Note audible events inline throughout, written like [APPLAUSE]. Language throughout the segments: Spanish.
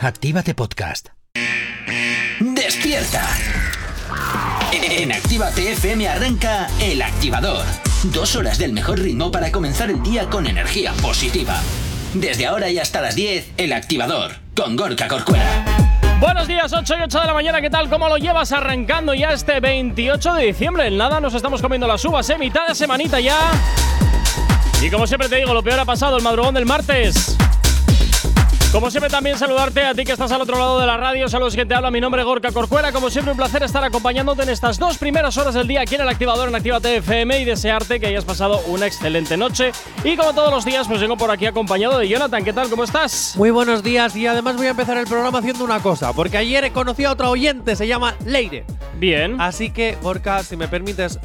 Actívate Podcast. ¡Despierta! En Actívate FM arranca El Activador. Dos horas del mejor ritmo para comenzar el día con energía positiva. Desde ahora y hasta las 10, El Activador, con Gorka Corcuera. Buenos días, 8 y 8 de la mañana, ¿qué tal? ¿Cómo lo llevas arrancando ya este 28 de diciembre? En nada, nos estamos comiendo las uvas, ¿eh? Mitad de semanita ya. Y como siempre te digo, lo peor ha pasado, el madrugón del martes. Como siempre también saludarte a ti que estás al otro lado de la radio, saludos que te habla, mi nombre es Gorka Corcuera, como siempre un placer estar acompañándote en estas dos primeras horas del día aquí en el activador en Actívate FM y desearte que hayas pasado una excelente noche. Y como todos los días, pues vengo por aquí acompañado de Jonathan, ¿qué tal? ¿Cómo estás? Muy buenos días y además voy a empezar el programa haciendo una cosa, porque ayer conocí a otra oyente, se llama Leire. Bien. Así que, Borca, si me permites,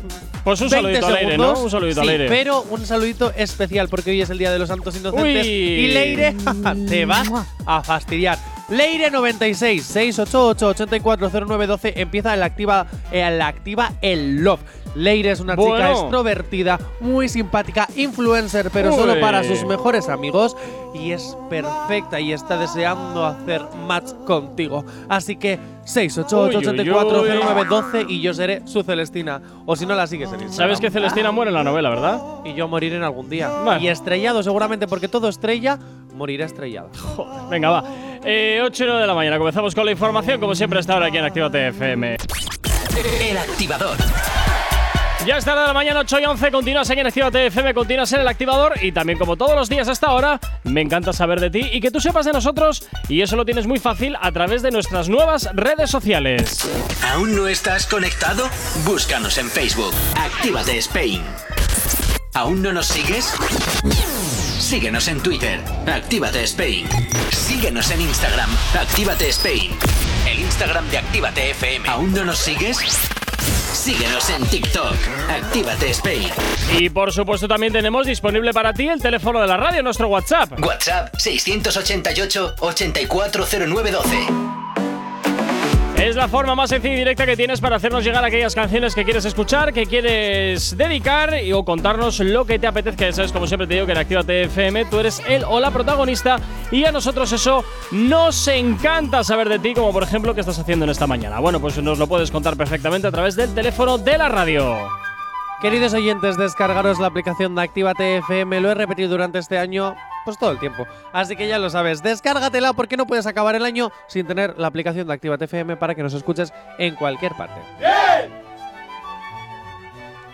Pues un 20 saludito al aire, ¿no? segundos. Un saludito al Sí, aire. pero un saludito especial porque hoy es el Día de los Santos Inocentes Uy. y Leire [LAUGHS] jaja, te vas a fastidiar. Leire 96 688 840912 empieza el activa eh, el activa el love. Leire es una Bueno. chica extrovertida, muy simpática, influencer, pero Uy. solo para sus mejores amigos y es perfecta y está deseando hacer match contigo. Así que 688 840912 y yo seré su Celestina o si no la sigues en Instagram. Sabes que Celestina muere en la novela, ¿verdad? Y yo moriré en algún día. Bueno. Y estrellado seguramente, porque todo estrella morirá estrellado. Joder, venga, va. Eh, 8 y 9 de la mañana. Comenzamos con la información, como siempre, hasta ahora aquí en Actívate FM. El Activador. Ya es tarde de la mañana, 8 y 11. Continúas aquí en Actívate FM, continúas en el activador. Y también, como todos los días hasta ahora, me encanta saber de ti y que tú sepas de nosotros. Y eso lo tienes muy fácil a través de nuestras nuevas redes sociales. ¿Aún no estás conectado? Búscanos en Facebook. Actívate Spain. ¿Aún no nos sigues? Síguenos en Twitter. Actívate Spain. Síguenos en Instagram. Actívate Spain. El Instagram de Actívate FM. ¿Aún no nos sigues? Síguenos en TikTok. Actívate Spain. Y por supuesto, también tenemos disponible para ti el teléfono de la radio, nuestro WhatsApp. WhatsApp 688 840912. Es la forma más sencilla y directa que tienes para hacernos llegar aquellas canciones que quieres escuchar, que quieres dedicar y, o contarnos lo que te apetezca. Ya sabes, como siempre te digo, que en Activa FM tú eres el o la protagonista y a nosotros eso nos encanta saber de ti, como por ejemplo qué estás haciendo en esta mañana. Bueno, pues nos lo puedes contar perfectamente a través del teléfono de la radio. Queridos oyentes, descargaros la aplicación de Actívate FM. Lo he repetido durante este año, pues todo el tiempo. Así que ya lo sabes, descárgatela porque no puedes acabar el año sin tener la aplicación de Actívate FM para que nos escuches en cualquier parte.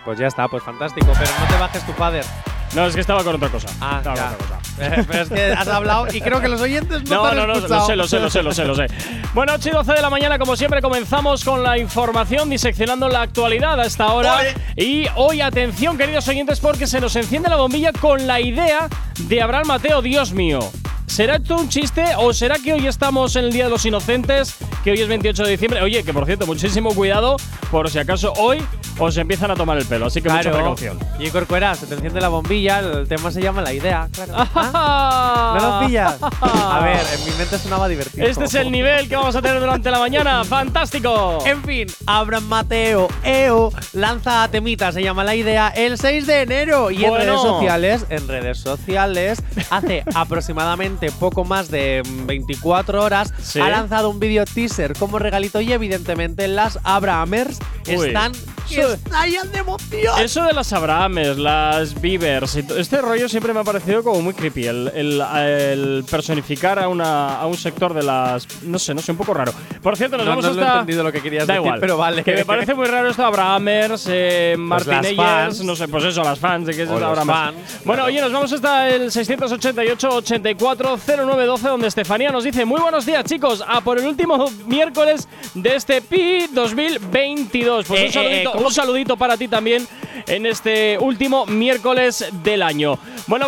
Pues ya está, pues fantástico, pero no te bajes tu padre. [LAUGHS] No, es que estaba con otra cosa. Ah, Estaba con ya. otra cosa. pero es que has hablado y creo que los oyentes no, te No, han no, no, lo escuchado. sé, lo sé, lo sé, lo sé, [LAUGHS] lo sé. Bueno, 8 y 12 de la mañana, como siempre, comenzamos con la información, diseccionando la actualidad a esta hora. Y hoy, atención, queridos oyentes, porque se nos enciende la bombilla con la idea de Abraham Mateo, Dios mío. ¿Será esto un chiste o será que hoy estamos en el Día de los Inocentes, que hoy es 28 de diciembre? Oye, que por cierto, muchísimo cuidado por si acaso hoy os empiezan a tomar el pelo, así que mucha precaución. Y Corcuera, se te enciende la bombilla, el tema se llama La Idea, [LAUGHS] claro. Ah, ¿No ¿No lo pillas? A ver, en mi mente sonaba divertido. Este es el nivel que vamos a tener durante la mañana. ¡Fantástico! En fin, Abraham Mateo, EO, lanza temita, se llama La Idea, el 6 de enero. Y Bueno. en redes sociales, en redes sociales, hace [LAUGHS] aproximadamente poco más de mm, 24 horas, Sí. ha lanzado un video teaser como regalito y evidentemente las Abrahamers Uy. están que Eso- estallan de emoción. Eso de las Abrahames, las Beavers, y to- este rollo siempre me ha parecido como muy creepy. El, el- el personificar a, una, a un sector de las. No sé, no sé, un poco raro. Por cierto, nos No, vamos no lo hasta. he entendido lo que querías da decir, igual. pero vale. Pues Que me parece muy raro esto de Abrahamers, eh, Martinellers, fans. no sé, pues eso, las fans, de que es O los Abrahamers. fans, Bueno, oye, nos vamos hasta el 688-840912, donde Estefanía nos dice: Muy buenos días, chicos, a por el último miércoles de este PI 2022. Pues Eh, un eh, saludito, eh, ¿cómo un saludito para ti también en este último miércoles del año. Bueno,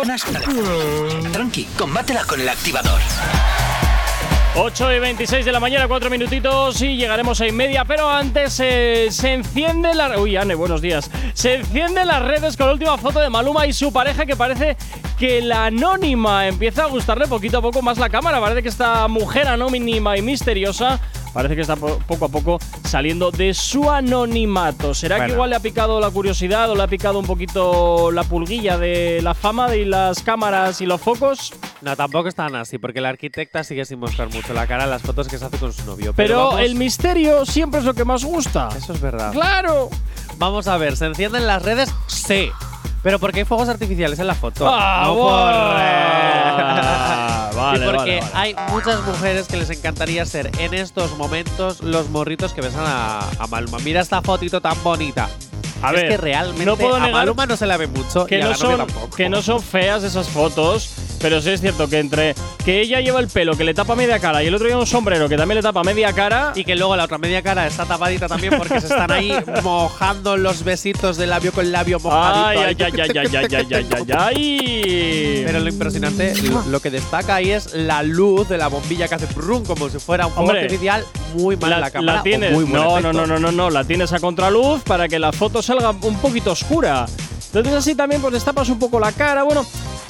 Tranqui, combátela con el activador. 8 y 26 de la mañana, 4 minutitos y llegaremos a y media, pero antes eh, se enciende la... Uy, Ane, buenos días. Se encienden las redes con la última foto de Maluma y su pareja que parece que la anónima empieza a gustarle poquito a poco más la cámara. Parece que esta mujer anónima y misteriosa parece que está po- poco a poco saliendo de su anonimato. ¿Será que Bueno. igual le ha picado la curiosidad o le ha picado un poquito la pulguilla de la fama y las cámaras y los focos? No, tampoco es tan así, porque la arquitecta sigue sin mostrar mucho la cara en las fotos que se hace con su novio. Pero, Pero, vamos- el misterio siempre es lo que más gusta. Eso es verdad. ¡Claro! Vamos a ver, ¿se encienden las redes? Sí. Pero porque hay fuegos artificiales en la foto. ¡Ah, no [LAUGHS] bueno! [LAUGHS] por- Vale, y porque vale, vale. hay muchas mujeres que les encantaría ser en estos momentos los morritos que besan a, a Maluma. Mira esta fotito tan bonita. A es ver, que realmente no puedo a negar Maluma no se la ve mucho y que a no, la novia son, tampoco. que no son feas esas fotos, pero sí es cierto que entre que ella lleva el pelo que le tapa media cara y el otro lleva un sombrero que también le tapa media cara. Y que luego la otra media cara está tapadita también porque se están [LAUGHS] ahí mojando los besitos de labio con labio mojadito. ay, ahí. ay, ay, ay, ay, ay, ay, ay, ay, ay. Pero lo impresionante, lo, lo que destaca ahí es la luz de la bombilla que hace brum, como si fuera un fuego Hombre, artificial muy mal en la cámara. o tienes, muy buen no, no, efecto. no, no, no, no, la tienes a contraluz para que la foto salga un poquito oscura. Entonces así también pues destapas un poco la cara, bueno,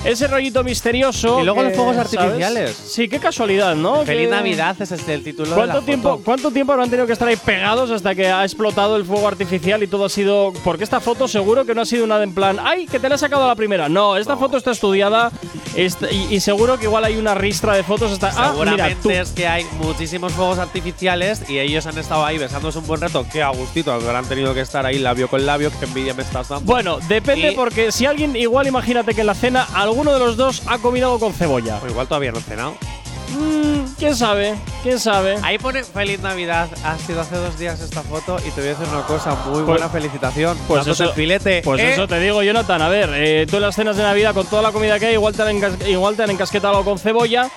ese rollito misterioso. Y luego que, los fuegos ¿sabes? artificiales. Sí, qué casualidad, ¿no? Feliz Que- Navidad ese es el título de la ¿Cuánto foto. tiempo, ¿Cuánto tiempo habrán tenido que estar ahí pegados hasta que ha explotado el fuego artificial y todo ha sido.? Porque esta foto seguro que no ha sido una de en plan. ¡Ay, que te la he sacado a la primera! No, esta foto está estudiada est- y, y seguro que igual hay una ristra de fotos hasta. Ah, mira, Seguramente tú. es que hay muchísimos fuegos artificiales y ellos han estado ahí besándose un buen rato. Qué a gustito habrán tenido que estar ahí labio con labio. Qué envidia me estás dando. Bueno, depende Y- porque si alguien, igual imagínate que en la cena alguno de los dos ha comido algo con cebolla. O Pues igual todavía no he cenado. Mm, ¿Quién sabe? ¿Quién sabe? Ahí pone Feliz Navidad. Ha sido hace dos días esta foto y te voy a decir una cosa. Muy Pues- buena felicitación. pues Dándote eso- el filete. Pues ¿eh? eso te digo, Jonathan. A ver, eh, tú en las cenas de Navidad, con toda la comida que hay, igual te han, encas- igual te han encasquetado algo con cebolla.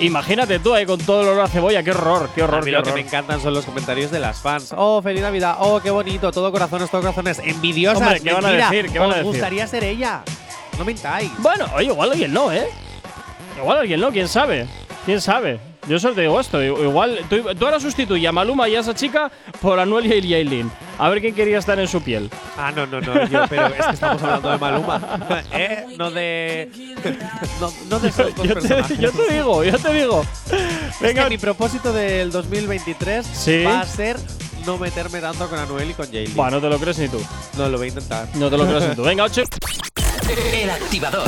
Imagínate tú ahí con todo el olor a cebolla. ¡Qué horror, qué A horror, mí qué lo que horror! me encantan son los comentarios de las fans. Oh, feliz Navidad. Oh, qué bonito. Todo corazones, todo corazones. Envidiosas. Hombre, ¿qué van a mentira. decir? ¿Qué van a Os decir? gustaría ser ella. No mentáis. Bueno, oye, igual alguien no, ¿eh? Igual alguien no, quién sabe. ¿Quién sabe? Yo solo te digo esto. i- Igual tú, tú ahora sustituye a Maluma y a esa chica por Anuel y a Yailin. A ver quién quería estar en su piel. Ah, no, no, no. Yo, pero es que estamos hablando de Maluma. [LAUGHS] ¿Eh? No de. [LAUGHS] No, no de esos dos Yo te, personajes. yo te digo, yo te digo. Es que Venga, mi propósito del 2023 Sí. va a ser no meterme tanto con Anuel y con Jaylee. Buah, no te lo crees ni tú. No, lo voy a intentar. No te lo crees ni tú. Venga, ocho. El activador.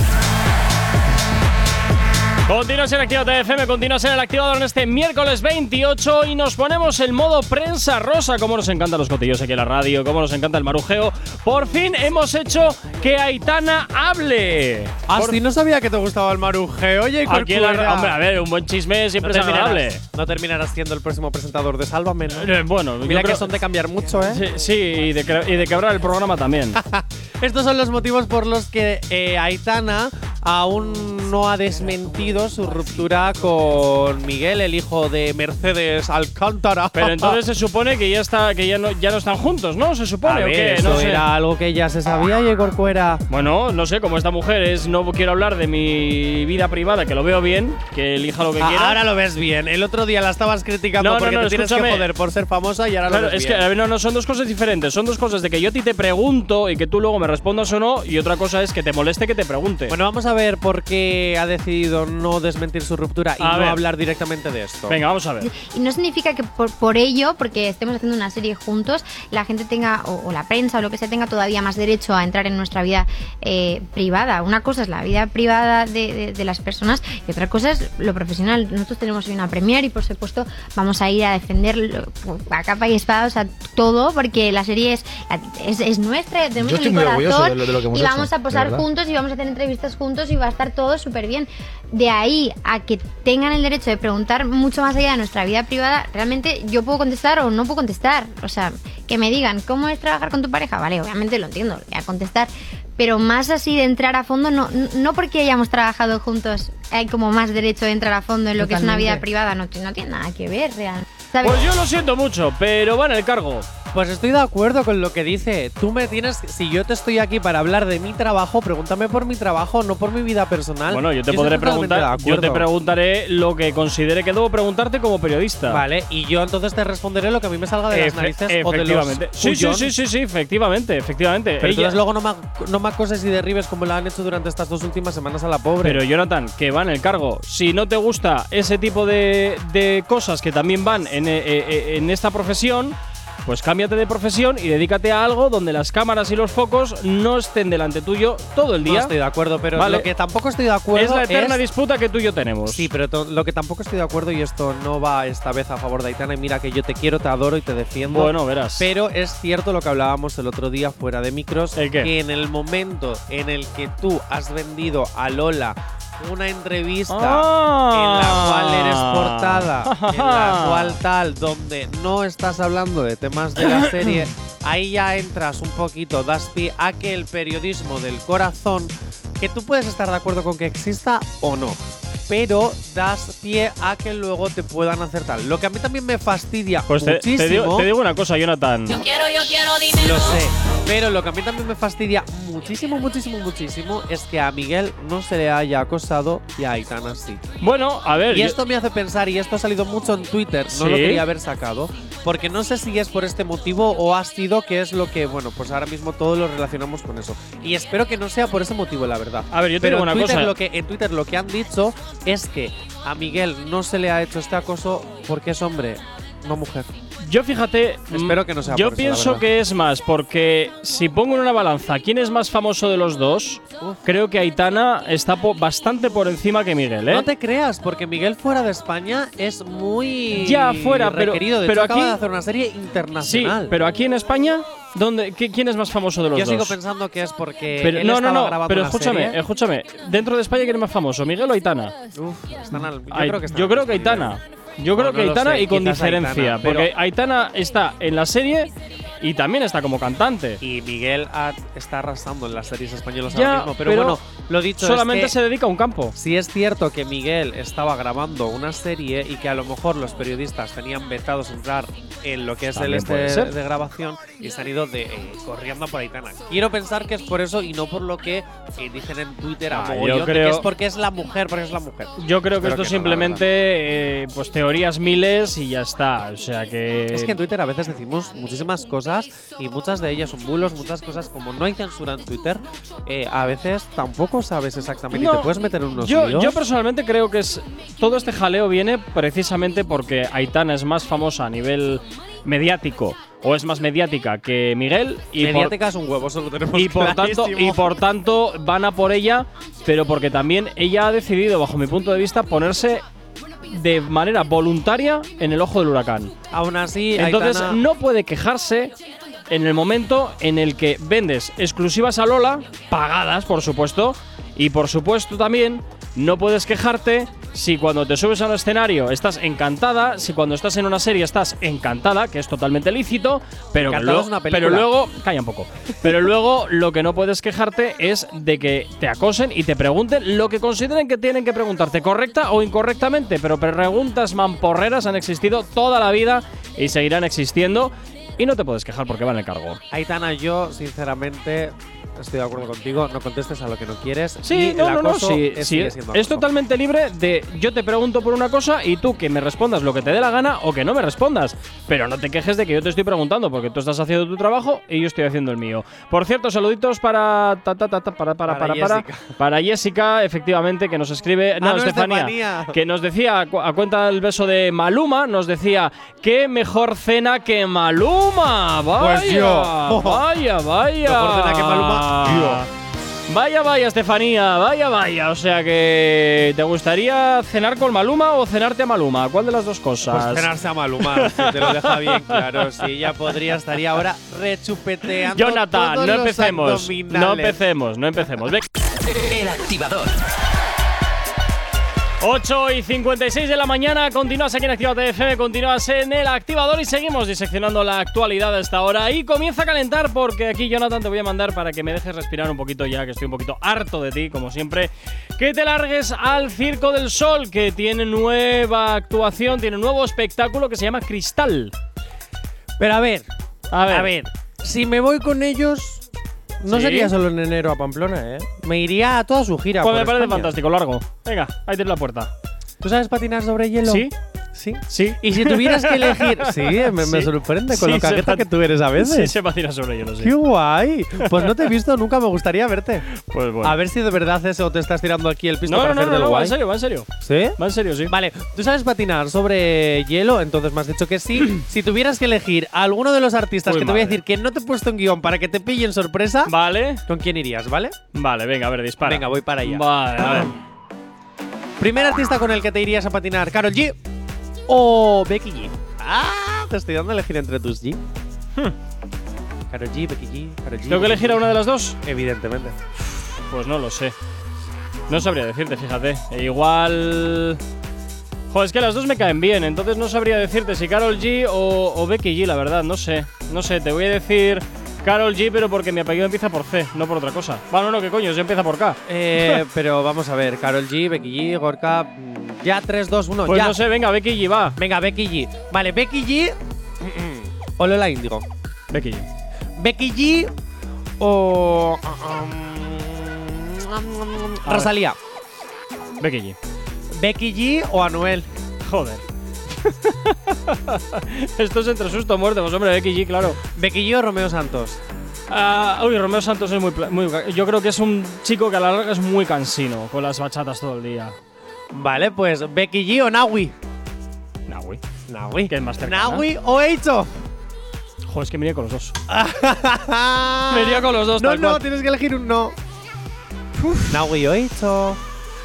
Continúas en Activa TFM, continúas en el activador en este miércoles 28 y nos ponemos el modo prensa rosa. Como nos encantan los cotillos aquí en la radio, como nos encanta el marujeo. Por fin hemos hecho que Aitana hable. Por- Así no sabía que te gustaba el marujeo. Oye, y aquí en la ra- corcuera. Hombre, a ver, un buen chisme no siempre es agradable. terminarás, no terminarás siendo el próximo presentador de Sálvame, ¿no? Eh, Bueno, yo Mira que creo- son de cambiar mucho, [LAUGHS] ¿eh? Sí, sí, y de, cre- y de quebrar el programa también. Estos son los motivos por los que eh, Aitana aún no ha desmentido su ruptura con Miguel, el hijo de Mercedes Alcántara. Pero [LAUGHS] entonces se supone que ya está, que ya no, ya no están juntos, ¿no? Se A supone, ¿o ver, qué? eso no sé. era algo que ya se sabía y Corcuera. Bueno, no sé, como esta mujer es, no quiero hablar de mi vida privada, que lo veo bien, que elija lo que quiera. Ahora lo ves bien. El otro día la estabas criticando No, no, porque no, te tienes que escúchame. joder por ser famosa y ahora Claro, lo ves es que bien. a ver, no, no, son dos cosas diferentes. Son dos cosas de que yo a ti te pregunto y que tú luego me respondas o no, y otra cosa es que te moleste que te pregunte. Bueno, vamos a ver por qué ha decidido no desmentir su ruptura y A no ver. hablar directamente de esto. Venga, vamos a ver. Y no significa que por, por ello, porque estemos haciendo una serie juntos, la gente tenga, o, o la prensa o lo que sea, tenga todavía más derecho a entrar en nuestra vida eh, privada. Una cosa es la vida privada de, de- de las personas y otra cosa es lo profesional. Nosotros tenemos hoy una premier y por supuesto vamos a ir a defender lo- a capa y espada, o sea, todo, porque la serie es, es, es nuestra, tenemos Yo en estoy el muy orgulloso corazón de lo- de lo que hemos y hecho, vamos a de posar verdad. juntos juntos y vamos a hacer entrevistas juntos y va a estar todo súper bien. De ahí a que tengan el derecho de preguntar mucho más allá de nuestra vida privada, realmente yo puedo contestar o no puedo contestar. O sea, que me digan, ¿cómo es trabajar con tu pareja? Vale, obviamente lo entiendo, voy a contestar. Pero más así de entrar a fondo, no, no porque hayamos trabajado juntos, hay como más derecho de entrar a fondo en lo que es una vida privada, no, no tiene nada que ver, real. ¿sabes? Pues yo lo siento mucho, pero van el cargo. Pues estoy de acuerdo con lo que dice. Tú me tienes. Si yo te estoy aquí para hablar de mi trabajo, pregúntame por mi trabajo, no por mi vida personal. Bueno, yo te Ah, estoy podré totalmente preguntar. de Yo te acuerdo. preguntaré lo que considere que debo preguntarte como periodista. Vale, y yo entonces te responderé lo que a mí me salga de las Efe- narices o de los efectivamente. sí, sí, cuyón. sí, sí, sí, efectivamente, efectivamente. Pero Ella- entonces luego no me, ac- no me acoses y derribes como la han hecho durante estas dos últimas semanas a la pobre. Pero Jonathan, que va en el cargo. Si no te gusta ese tipo de, de cosas que también van en, eh, eh, en esta profesión, pues cámbiate de profesión y dedícate a algo donde las cámaras y los focos no estén delante tuyo todo el no día. estoy de acuerdo, pero Vale. lo que tampoco estoy de acuerdo es la eterna es- disputa que tú y yo tenemos. Sí, pero to- lo que tampoco estoy de acuerdo, y esto no va esta vez a favor de Aitana, y mira que yo te quiero, te adoro y te defiendo. Bueno, verás. Pero es cierto lo que hablábamos el otro día fuera de micros, ¿El qué? que en el momento en el que tú has vendido a Lola una entrevista Ah. en la cual eres portada, en [LAUGHS] la cual tal, donde no estás hablando de temas de la serie, ahí ya entras un poquito, das pie a que el periodismo del corazón, que tú puedes estar de acuerdo con que exista o no, pero das pie a que luego te puedan hacer tal. Lo que a mí también me fastidia Pues te, muchísimo. te digo, te digo una cosa, Jonathan. Lo sé. Pero lo que a mí también me fastidia muchísimo, muchísimo, muchísimo es que a Miguel no se le haya acosado y a Aitana sí. Bueno, a ver. [LAUGHS] Y yo- esto me hace pensar, y esto ha salido mucho en Twitter, no Sí. lo quería haber sacado, porque no sé si es por este motivo o ha sido que es lo que, bueno, pues ahora mismo todos lo relacionamos con eso. Y espero que no sea por ese motivo, la verdad. A ver, yo te Pero digo en una Twitter cosa. Lo que, en Twitter lo que han dicho es que a Miguel no se le ha hecho este acoso porque es hombre, no mujer. Yo fíjate, mm, Espero que no sea Yo por eso, la pienso verdad. que es más porque si pongo en una balanza quién es más famoso de los dos, Uf. creo que Aitana está po- bastante por encima que Miguel, ¿eh? No te creas, porque Miguel fuera de España es muy Ya, fuera, pero- requerido. De pero hecho, acaba aquí- de hacer una serie sí, internacional. pero aquí en España, ¿dónde, qué- ¿quién es más famoso de los yo dos? sigo pensando que es porque Pero- él no, no, estaba no, grabando pero una escúchame, serie. escúchame. Dentro de España, ¿quién es más famoso, Miguel o Aitana? Uf, están al- yo, Ay, creo que están yo al creo que mismo nivel. Aitana. Yo No, creo no que lo Aitana sé, y con quizás Aitana, diferencia. pero- porque Aitana está en la serie y también está como cantante. Y Miguel ha- está arrasando en las series españolas Ya, ahora mismo. Pero, pero bueno, lo dicho Solamente es que se dedica a un campo. Si es cierto que Miguel estaba grabando una serie y que a lo mejor los periodistas tenían vetados entrar en lo que es el También este puede ser. de grabación y se han ido de, eh, corriendo por Aitana. Quiero pensar que es por eso y no por lo que eh, dicen en Twitter a Ah, mogollón, yo de creo- que es porque es la mujer, porque es la mujer. Yo creo que Espero esto que no, simplemente, eh, pues teorías miles y ya está. O sea que. Es que en Twitter a veces decimos muchísimas cosas y muchas de ellas son bulos, muchas cosas como no hay censura en Twitter, eh, a veces tampoco sabes exactamente y No, te puedes meter en unos yo, líos. yo personalmente creo que es todo este jaleo viene precisamente porque Aitana es más famosa a nivel mediático o es más mediática que Miguel y por- Mediática es un huevo, eso lo tenemos y por tanto y clarísimo. por tanto van a por ella pero porque también ella ha decidido bajo mi punto de vista ponerse de manera voluntaria en el ojo del huracán Aún así, Entonces Aitana- no puede quejarse en el momento en el que vendes exclusivas a Lola, pagadas por supuesto, y por supuesto también no puedes quejarte si cuando te subes a un escenario estás encantada, si cuando estás en una serie estás encantada, que es totalmente lícito, pero, que Encantada luego, es una película. pero luego, calla un poco, pero luego lo que no puedes quejarte es de que te acosen y te pregunten lo que consideren que tienen que preguntarte, correcta o incorrectamente, pero preguntas mamporreras han existido toda la vida y seguirán existiendo y no te puedes quejar porque van el cargo. Aitana, yo sinceramente estoy de acuerdo contigo. No contestes a lo que no quieres. Sí, y no, el no, no, acoso sí, es- sí, sigue es, siendo acoso. totalmente libre de yo te pregunto por una cosa y tú que me respondas lo que te dé la gana o que no me respondas, pero no te quejes de que yo te estoy preguntando porque tú estás haciendo tu trabajo y yo estoy haciendo el mío. Por cierto, saluditos para ta, ta, ta, ta, para para para Para para Jessica. para Jessica, efectivamente que nos escribe, no, Ah, no, Estefanía, Estefanía. que nos decía a cu- a cuenta del beso de Maluma, nos decía, "Qué mejor cena que Maluma." Vaya, Pues yo. vaya, vaya. Mejor cena que Maluma, oh. yo. Vaya, vaya, Estefanía, vaya, vaya. O sea que. ¿Te gustaría cenar con Maluma o cenarte a Maluma? ¿Cuál de las dos cosas? Pues cenarse a Maluma, si te lo deja bien claro. Si ella podría, estaría ahora rechupeteando. Jonathan, todos no los empecemos. No abdominales. empecemos, no empecemos. Ve- El activador. 8 y 56 de la mañana, continúas aquí en Actívate FM, continúas en el activador y seguimos diseccionando la actualidad hasta ahora. Y comienza a calentar porque aquí, Jonathan, te voy a mandar para que me dejes respirar un poquito ya, que estoy un poquito harto de ti, como siempre. Que te largues al Circo del Sol, que tiene nueva actuación, tiene un nuevo espectáculo que se llama Cristal. Pero a ver, A ver. Pues A ver, si me voy con ellos, no Sí. sería solo en enero a Pamplona, ¿eh? Me iría a toda su gira. Pues por me parece España. fantástico, largo. Venga, ahí tienes la puerta. ¿Tú sabes patinar sobre hielo? ¿Sí? Sí. Sí. Y si tuvieras que elegir. Sí, me, [LAUGHS] me Sí. sorprende con Sí, lo se caqueta pat- que tú eres [LAUGHS] a Sí, veces. se patina sobre hielo, sí. ¡Qué guay! Pues no te he visto nunca, me gustaría verte. Pues bueno. A ver si de verdad eso te estás tirando aquí el piso no, para no, no, hacer no, del no, va guay. en serio, va en serio. ¿Sí? Va en serio, sí. Vale, tú sabes patinar sobre hielo, entonces me has dicho [CLEARS THROAT] que sí. si tuvieras que elegir a alguno de los artistas Uy, que te voy a madre. decir que no te he puesto en guión para que te pillen sorpresa, Vale. ¿con quién irías, vale? Vale, venga, a ver, dispara. Venga, voy para allá. Vale, a ver. Primer artista con el que te irías a patinar, Carol G o Becky G. Ah, te estoy dando a elegir entre tus G. Carol G, Becky G, Karol G. ¿Tengo que elegir a una de las dos? Evidentemente. [LAUGHS] Pues no lo sé. No sabría decirte, fíjate. E igual. Joder, es que las dos me caen bien, entonces no sabría decirte si Carol G o, o Becky G, la verdad, no sé. No sé, te voy a decir Carol G, pero porque mi apellido empieza por C, no por otra cosa. Bueno, no, que coño, si empieza por K. Eh, pero vamos a ver, Carol G, Becky G, Gorka. mm, Ya 3, 2, 1, Pues ya. no sé, venga, Becky G va. Venga, Becky G. Vale, Becky G. mm, o Lola Índigo. Becky G. Becky G o. ver. Rosalía. Becky G. Becky G o Anuel. Joder. [LAUGHS] Esto es entre susto muerte, pues hombre, Becky G, claro. Becky G o Romeo Santos. Ah, uy, Romeo Santos es muy, pla- muy. Yo creo que es un chico que a la larga es muy cansino con las bachatas todo el día. Vale, pues Becky G o Nawi. Nah, güey. Nawi. ¿Qué es más cercana? Nawi o Eicho. Joder, es que me iría con los dos. Me iría Vería con los dos, No, tal no, cual. tienes que elegir un no. Nawi o Eicho.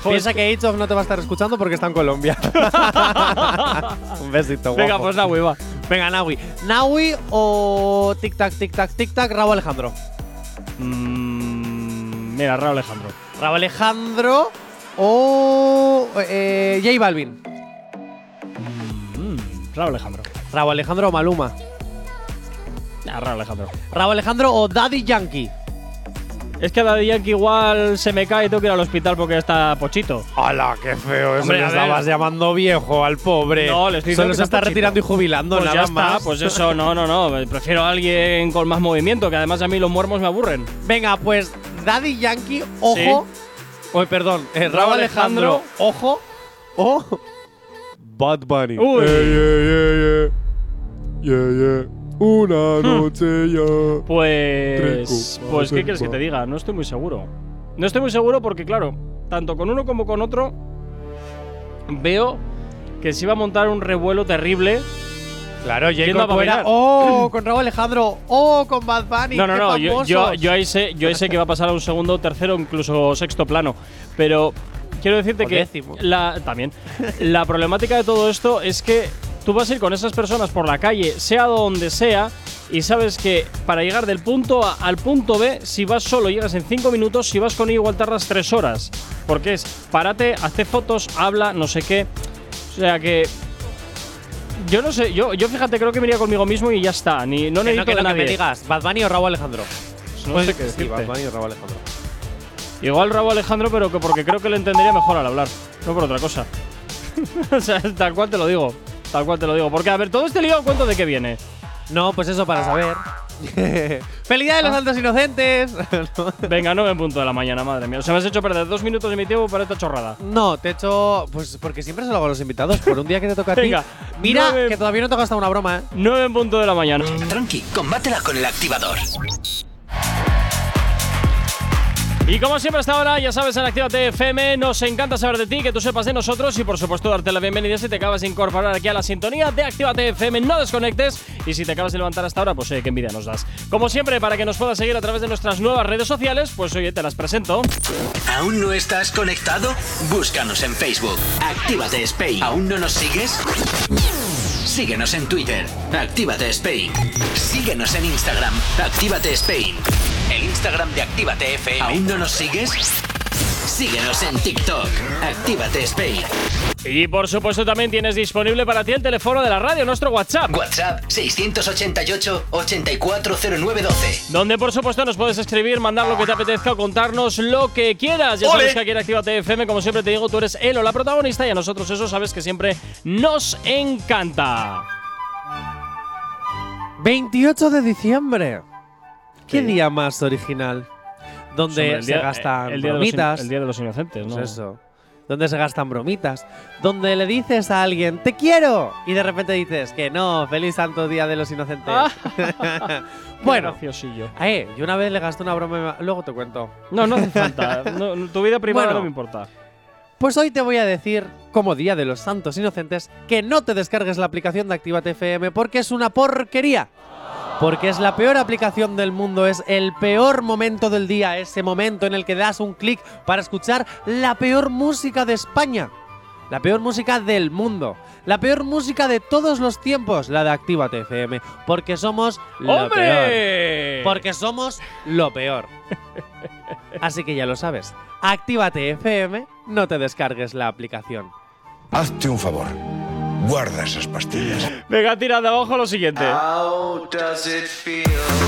Joder, Piensa es que Eicho no te va a estar escuchando porque está [LAUGHS] en Colombia. [LAUGHS] un besito, guapo. Venga, pues Nahui va. Venga, Nawi. Nawi o Tic Tac, Tic Tac, Tic Tac, Raúl Alejandro. Mm, mira, Raúl Alejandro. Raúl Alejandro o eh, J Balvin. Mm, Raúl Alejandro. Raúl Alejandro o Maluma. Ah, Raúl Alejandro. Raúl Alejandro o Daddy Yankee. Es que Daddy Yankee igual se me cae y tengo que ir al hospital porque está pochito. ¡Hala, qué feo! Eso Hombre, le a ver. estabas llamando viejo al pobre. No, le estoy diciendo Solo que está se está pochito. retirando y jubilando, pues nada ya está, más. pues eso, no, no, no. Prefiero a alguien con más movimiento, que además a mí los muermos me aburren. Venga, pues Daddy Yankee, ojo. Oye, perdón, eh, Raúl Raúl Alejandro. Alejandro, ojo. O Bad Bunny. Uy. yeah, yeah, yeah. Yeah, yeah. Una noche ya. Pues. Trico, Pues, ¿qué trico. quieres que te diga? No estoy muy seguro. No estoy muy seguro porque, claro, tanto con uno como con otro, veo que se iba a montar un revuelo terrible. Claro, ¿Quién va a Jacob fuera. bailar? Oh, con Raúl Alejandro. Oh, con Bad Bunny. No, no, qué no, yo, yo, famosos. yo ahí sé, yo ahí sé que va a pasar a un segundo, tercero, incluso sexto plano. Pero quiero decirte O que. décimo. La, también. la problemática de todo esto es que tú vas a ir con esas personas por la calle, sea donde sea, y sabes que para llegar del punto A al punto B, si vas solo llegas en 5 minutos, si vas con ellos igual tardas 3 horas. Porque es, párate, hazte fotos, habla, no sé qué. O sea que. Yo no sé, yo, yo fíjate, creo que me iría conmigo mismo y ya está. Ni, no necesito Que no, que de no, que nadie. me digas, Bad Bunny o Raúl Alejandro. No Pues sé qué sí, Bad decirte. Bunny o Raúl Alejandro. Igual Raúl Alejandro, pero que porque creo que le entendería mejor al hablar, no por otra cosa. [LAUGHS] o sea, tal cual te lo digo. Tal cual te lo digo. Porque, a ver, todo este lío, ¿cuento de qué viene? No, pues eso para [LAUGHS] saber. ¡Felicidades Ah. los altos inocentes! [LAUGHS] Venga, no en punto de la mañana, madre mía. O sea, me has hecho perder dos minutos de mi tiempo para esta chorrada. no, te echo. Pues porque siempre se lo hago a los invitados. Por un día que te toca a ti. Venga, Mira, nueve- que todavía no te ha gastado una broma, ¿eh? 9 en punto de la mañana. Tranqui, combátela con el activador. Y como siempre hasta ahora, ya sabes, en Actívate FM nos encanta saber de ti, que tú sepas de nosotros y por supuesto darte la bienvenida si te acabas de incorporar aquí a la sintonía de Actívate FM, no desconectes y si te acabas de levantar hasta ahora, pues oye, qué envidia nos das. Como siempre, para que nos puedas seguir a través de nuestras nuevas redes sociales, pues oye, te las presento. ¿Aún no estás conectado? Búscanos en Facebook. Actívate Spain. ¿Aún no nos sigues? Síguenos en Twitter. Actívate Spain. Síguenos en Instagram. Actívate Spain. El Instagram de Actívate FM. ¿Aún no nos sigues? Síguenos en TikTok. Actívate Spain. Y por supuesto también tienes disponible para ti el teléfono de la radio, nuestro WhatsApp. WhatsApp 688 840912. Donde por supuesto nos puedes escribir, mandar lo que te apetezca o contarnos lo que quieras. Ya sabes que aquí en Actívate FM, como siempre te digo, tú eres él o la protagonista y a nosotros eso sabes que siempre nos encanta. 28 de diciembre. ¿Qué Sí. día más original? Donde Hombre, el se día- gastan eh, el día de los in- bromitas. el día de los inocentes, Pues ¿no? eso. Donde se gastan bromitas. Donde le dices a alguien, te quiero. Y de repente dices que no, feliz santo día de los inocentes. Qué [LAUGHS] bueno. graciosillo. Eh, yo una vez le gasté una broma. a mi ma- Luego te cuento. No, no hace [LAUGHS] falta. No, no, tu vida privada Bueno. no me importa. Pues hoy te voy a decir, como Día de los Santos Inocentes, que no te descargues la aplicación de Actívate FM porque es una porquería. Porque es la peor aplicación del mundo, es el peor momento del día, ese momento en el que das un clic para escuchar la peor música de España, la peor música del mundo, la peor música de todos los tiempos, la de Actívate FM, porque somos lo peor. ¡Hombre! Porque somos lo peor. Así que ya lo sabes. Actívate FM, no te descargues la aplicación. Hazte un favor. Guarda esas pastillas. Venga, tira de abajo lo siguiente. Ah.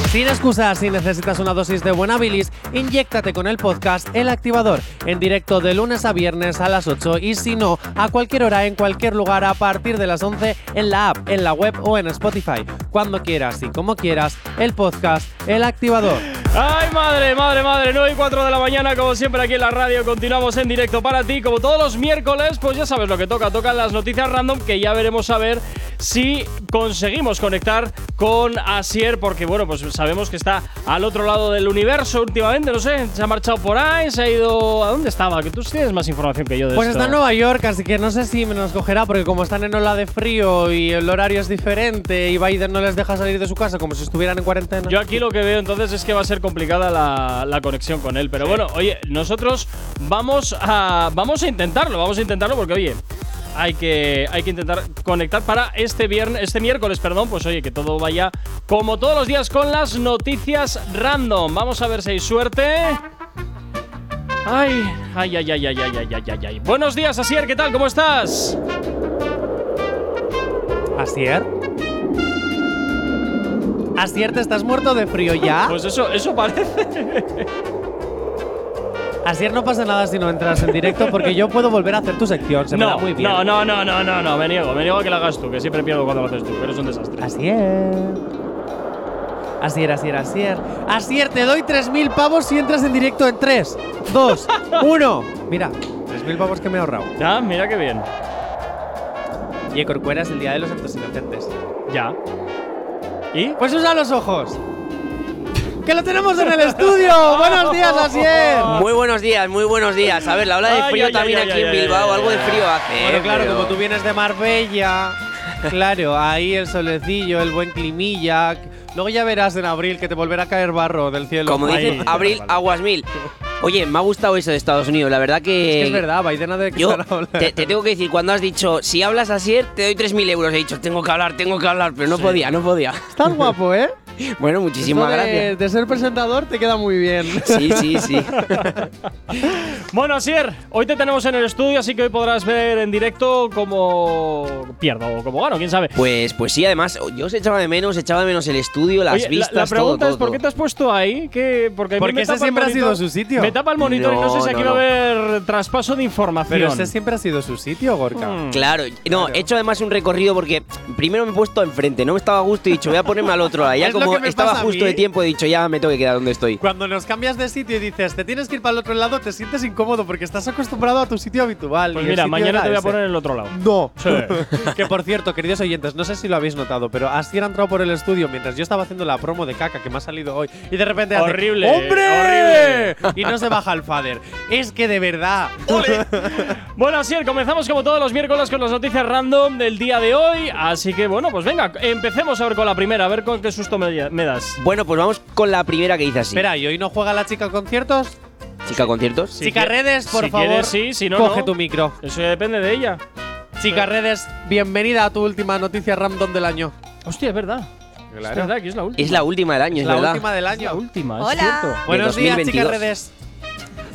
Sin excusas, si necesitas una dosis de buena bilis, inyéctate con el podcast El Activador, en directo de lunes a viernes a las 8 y si no, a cualquier hora, en cualquier lugar, a partir de las 11, en la app, en la web o en Spotify. Cuando quieras y como quieras, el podcast El Activador. Ay, madre, madre, madre, 9 y 4 de la mañana, como siempre aquí en la radio, continuamos en directo para ti, como todos los miércoles, pues ya sabes lo que toca, tocan las noticias random, que ya veremos a ver si conseguimos conectar con Asier, porque bueno, pues sabemos que está al otro lado del universo últimamente, no sé, se ha marchado por ahí, se ha ido... ¿A dónde estaba? Que tú tienes más información que yo de Pues esto. está en Nueva York, así que no sé si me nos cogerá, porque como están en ola de frío y el horario es diferente y Biden no les deja salir de su casa como si estuvieran en cuarentena. Yo aquí lo que veo entonces es que va a ser complicada la, la conexión con él. Pero bueno, oye, nosotros vamos a, vamos a intentarlo, vamos a intentarlo porque, oye, hay que, hay que intentar conectar para este viernes, este miércoles, perdón, pues oye, que todo vaya como todos los días con las noticias random. Vamos a ver si hay suerte. Ay, ay, ay, ay, ay, ay, ay, ay, ay, ay. Buenos días, Asier, ¿qué tal? ¿Cómo estás? ¿Asier? ¿Asier, te estás muerto de frío ya? Pues eso, eso parece. Asier, no pasa nada si no entras en directo, porque yo puedo volver a hacer tu sección, se me da No, muy bien. no, no, no, no, no, no, me niego, me niego a que la hagas tú, que siempre pierdo cuando lo haces tú, pero es un desastre. Asier. Asier, Asier, Asier. Asier, te doy 3.000 pavos si entras en directo en 3, [LAUGHS] 2, 1. Mira, 3.000 pavos que me he ahorrado. Ya, mira qué bien. Y Corcuera es el día de los santos inocentes. Ya. ¿Y? Pues usa los ojos. ¡Que lo tenemos en el [LAUGHS] estudio! ¡Buenos días, Asier! Muy buenos días, muy buenos días. A ver, la ola de Ay, frío ay, también ay, aquí ay, en ay, Bilbao, ay, algo de ay, frío hace. Bueno, ¿eh? claro, Pero- como tú vienes de Marbella. Claro, ahí el solecillo, el buen climilla. Luego ya verás en abril que te volverá a caer barro del cielo. Como Ay, dice Ahí. Abril Vale. Aguas Mil. Oye, me ha gustado eso de Estados Unidos, la verdad es que. que es verdad, Biden ha de eh, Yo estar hablando. te, te tengo que decir, cuando has dicho, si hablas así, te doy 3.000 euros. He dicho, tengo que hablar, tengo que hablar, pero no podía, no podía. Estás guapo, ¿eh? Bueno, muchísimas Esto de- gracias. De ser presentador te queda muy bien. Sí, sí, sí. Bueno, Asier, hoy te tenemos en el estudio, así que hoy podrás ver en directo cómo pierdo o cómo gano, quién sabe. Pues, pues sí, además, yo os echaba de menos, echaba de menos el estudio, las Oye, la- vistas, la, pregunta todo, es por qué te todo. has puesto ahí, que porque, a mí Porque me ese tapa el siempre ha sido monitor- su sitio. Me tapa el monitor y no sé No, si aquí va no, a haber traspaso de información. [LAUGHS] Pero ese siempre ha sido su sitio, Gorka. Mm. Claro, no, he hecho además un recorrido porque primero me he puesto enfrente, no me estaba a gusto y he dicho, voy a ponerme al otro lado. [LAUGHS] Ya Es lo como que me estaba pasa a justo mí. de tiempo, he dicho, ya me tengo que quedar donde estoy. Cuando nos cambias de sitio y dices, te tienes que ir para el otro lado, te sientes incómodo porque estás acostumbrado a tu sitio habitual. Pues y el mira, sitio mañana era te voy a ese. poner en el otro lado. No. Sí. que por cierto, queridos oyentes, no sé si lo habéis notado, pero Asier ha entrado por el estudio mientras yo estaba haciendo la promo de caca que me ha salido hoy. Y de repente hace, Horrible, ¡Hombre! Y no se baja el fader. Es que de verdad. Bueno, Asier, comenzamos como todos los miércoles con las noticias random del día de hoy. Así que bueno, pues venga, empecemos a ver con la primera, a ver con qué susto me, me das. Bueno, pues vamos con la primera que dice así. Espera, ¿y hoy no juega la chica conciertos? Chica, conciertos. Si chica quie- redes, por si favor. quieres, sí, si no, coge no. Eh. tu micro. Eso ya depende de ella. Chica redes, bienvenida a tu última noticia random del año. Hostia, es verdad. Es verdad que es la última. Es la última del año, Es es, la verdad. última del Ah, Es la año. última, es Hola. cierto. Buenos días, chicas 2022. redes.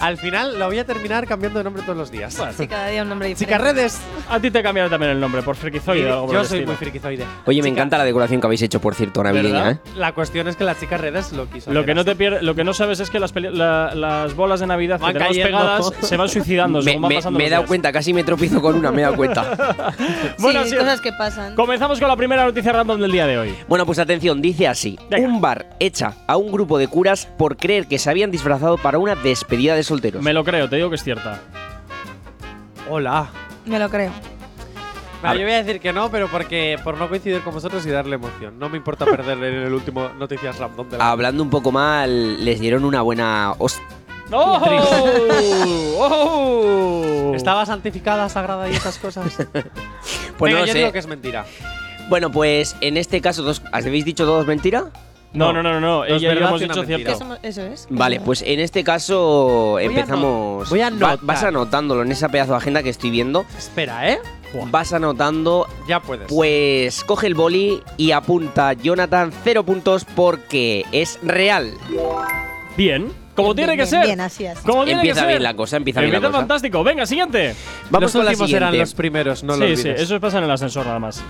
Al final lo voy a terminar cambiando de nombre todos los días. Sí, cada día un nombre diferente. Chicas redes. A ti te he cambiado también el nombre por frikizoide o algo por Yo el soy estilo. muy frikizoide. Oye, Chica- me encanta la decoración que habéis hecho, por cierto, navideña, ¿Verdad? ¿eh? La cuestión es que las chicas redes lo quiso. Lo hacer que, no así. te pier- lo que no sabes es que las, peli- la- las bolas de Navidad Van que tenemos cayendo. pegadas se van suicidando [LAUGHS] Me, según van me- pasando me he los dado días. cuenta, casi me tropiezo con una, me he [LAUGHS] dado cuenta. Bueno, sí, así- cosas que pasan. Comenzamos con la primera noticia random del día de hoy. bueno, pues atención, dice así. Venga. Un bar echa a un grupo de curas por creer que se habían disfrazado para una despedida de solteros. Me lo creo, te digo que es cierta. Hola. Me lo creo. Vale, yo voy a decir que no, pero porque por no coincidir con vosotros y darle emoción. No me importa perder en el último Noticias Random de la Hablando un poco mal, les dieron una buena... host- ¡Oh! ¡Oh! ¿Estaba santificada, sagrada y esas cosas? [LAUGHS] Pues Venga, no lo yo sé. digo que es mentira. Bueno, pues en este caso, dos... ¿habéis dicho todos mentira? No, no, no, no. no. No es Ella ya verdad, hemos es una dicho mentira. ¿Qué cierto. somos? Eso es. Vale, pues en este caso a empezamos. anot- voy a Va- anotar. vas anotándolo en esa pedazo de agenda que estoy viendo. Espera, ¿eh? Vas anotando. Ya puedes. Pues coge el boli y apunta Jonathan cero puntos porque es real. Bien. Como tiene Bien, que bien, ser. Bien, así es. Como tiene que Empieza ser. bien la cosa, empieza bien la cosa. fantástico. Venga, siguiente. Vamos los con la últimos eran siguiente. los primeros, no sí, lo olvides. sí, eso pasa en el ascensor nada más.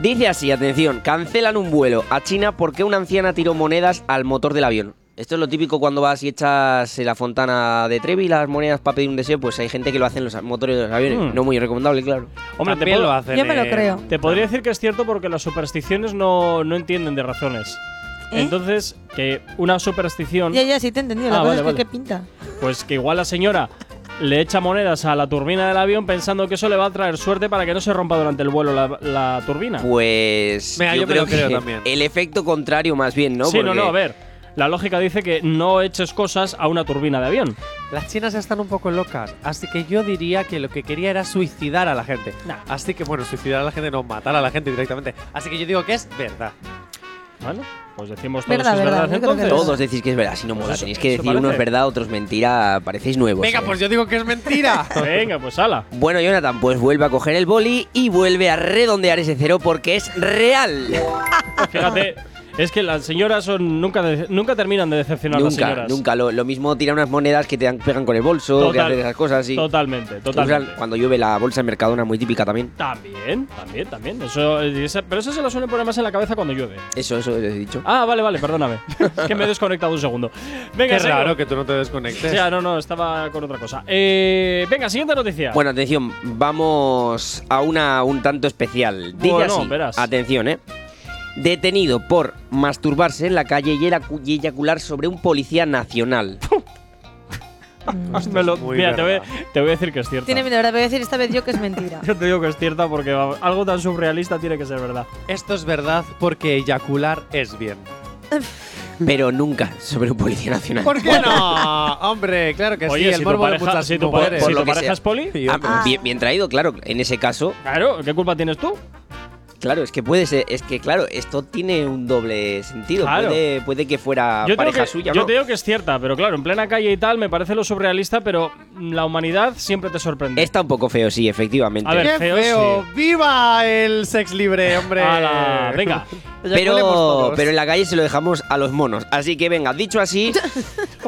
Dice así, atención, cancelan un vuelo a China porque una anciana tiró monedas al motor del avión. Esto es lo típico cuando vas y echas eh, la fontana de Trevi las monedas para pedir un deseo, pues hay gente que lo hace en los motores de los aviones. Mm. No muy recomendable, claro. Hombre, te, También puedo- lo hacen. Yo me lo eh, creo. te podría decir que es cierto porque las supersticiones no, no entienden de razones. ¿Eh? Entonces, que una superstición, Ya, ya, sí te he entendido. Ah, La cosa vale, es que vale. qué pinta. pues que igual la señora le echa monedas a la turbina del avión pensando que eso le va a traer suerte para que no se rompa durante el vuelo la, la turbina. Pues Venga, yo yo me creo lo creo que también. el efecto contrario más bien, ¿no? sí, no, Porque- no, a ver. La lógica dice que no eches cosas a una turbina de avión. Las chinas están un poco locas, así que yo diría que lo que quería era suicidar a la gente. Así que, bueno, suicidar a la gente no, matar a la gente directamente. Así que yo digo que es verdad. Bueno, pues decimos todos Verdad, que es verdad, verdad, yo creo que entonces. es Todos decís que es verdad, si no mola. eso- Tenéis que eso decir uno es parece. verdad, otro es mentira. Parecéis nuevos. Venga, eh. pues yo digo que es [LAUGHS] mentira. Venga, pues ala. Bueno, Jonathan, pues vuelve a coger el boli y vuelve a redondear ese cero porque es real. Fíjate, es que las señoras son nunca, de- nunca terminan de decepcionar a las nunca, señoras. nunca. Lo, lo mismo tira unas monedas que te dan- pegan con el bolso, que Total- hacen esas cosas. Y Pues Totalmente, totalmente. cuando llueve la bolsa de Mercadona, muy típica también. También, también, también. Eso, eh, esa- pero eso se lo suelen poner más en la cabeza cuando llueve. Eso, eso he dicho. Ah, vale, vale, perdóname. [LAUGHS] es que me he desconectado un segundo. Venga, Qué sigo. raro que tú no te desconectes. Ya, no, no, estaba con otra cosa. Eh, venga, siguiente noticia. Bueno, atención, vamos a una un tanto especial. Dice Bueno, así, verás. atención, ¿eh? Detenido por masturbarse en la calle y eracu- y eyacular sobre un policía nacional. Me lo- pues muy mira, te voy, verdad. te voy a decir que es cierta. Pues, Tiene miedo, ahora voy a decir esta vez yo que [LAUGHS] es mentira. Yo te digo que es cierta porque vamos, algo tan surrealista tiene que ser verdad. Esto es verdad porque eyacular es bien. pero nunca sobre un policía nacional. ¿Por qué no? Ah, Hombre, claro que sí. Oye, El si, tu morbo de pareja, muchas si tu, mujeres. pa- si lo tu que pareja sea. es poli, Tío, Ah, bien, bien traído, claro. En ese caso, claro, ¿qué culpa tienes tú? claro, es que puede ser, es que claro, esto tiene un doble sentido. Claro. Puede, puede que fuera Yo, te digo pareja que, suya, yo ¿no? te digo que es cierta, pero claro, en plena calle y tal me parece lo surrealista, pero la humanidad siempre te sorprende. Está un poco feo, sí, efectivamente. A ver, ¡Qué feo, feo! ¡Viva el sex libre, hombre! Ala, [LAUGHS] venga. Eyaculemos Pero, todos. pero en la calle se lo dejamos a los monos. Así que venga, [LAUGHS] dicho así,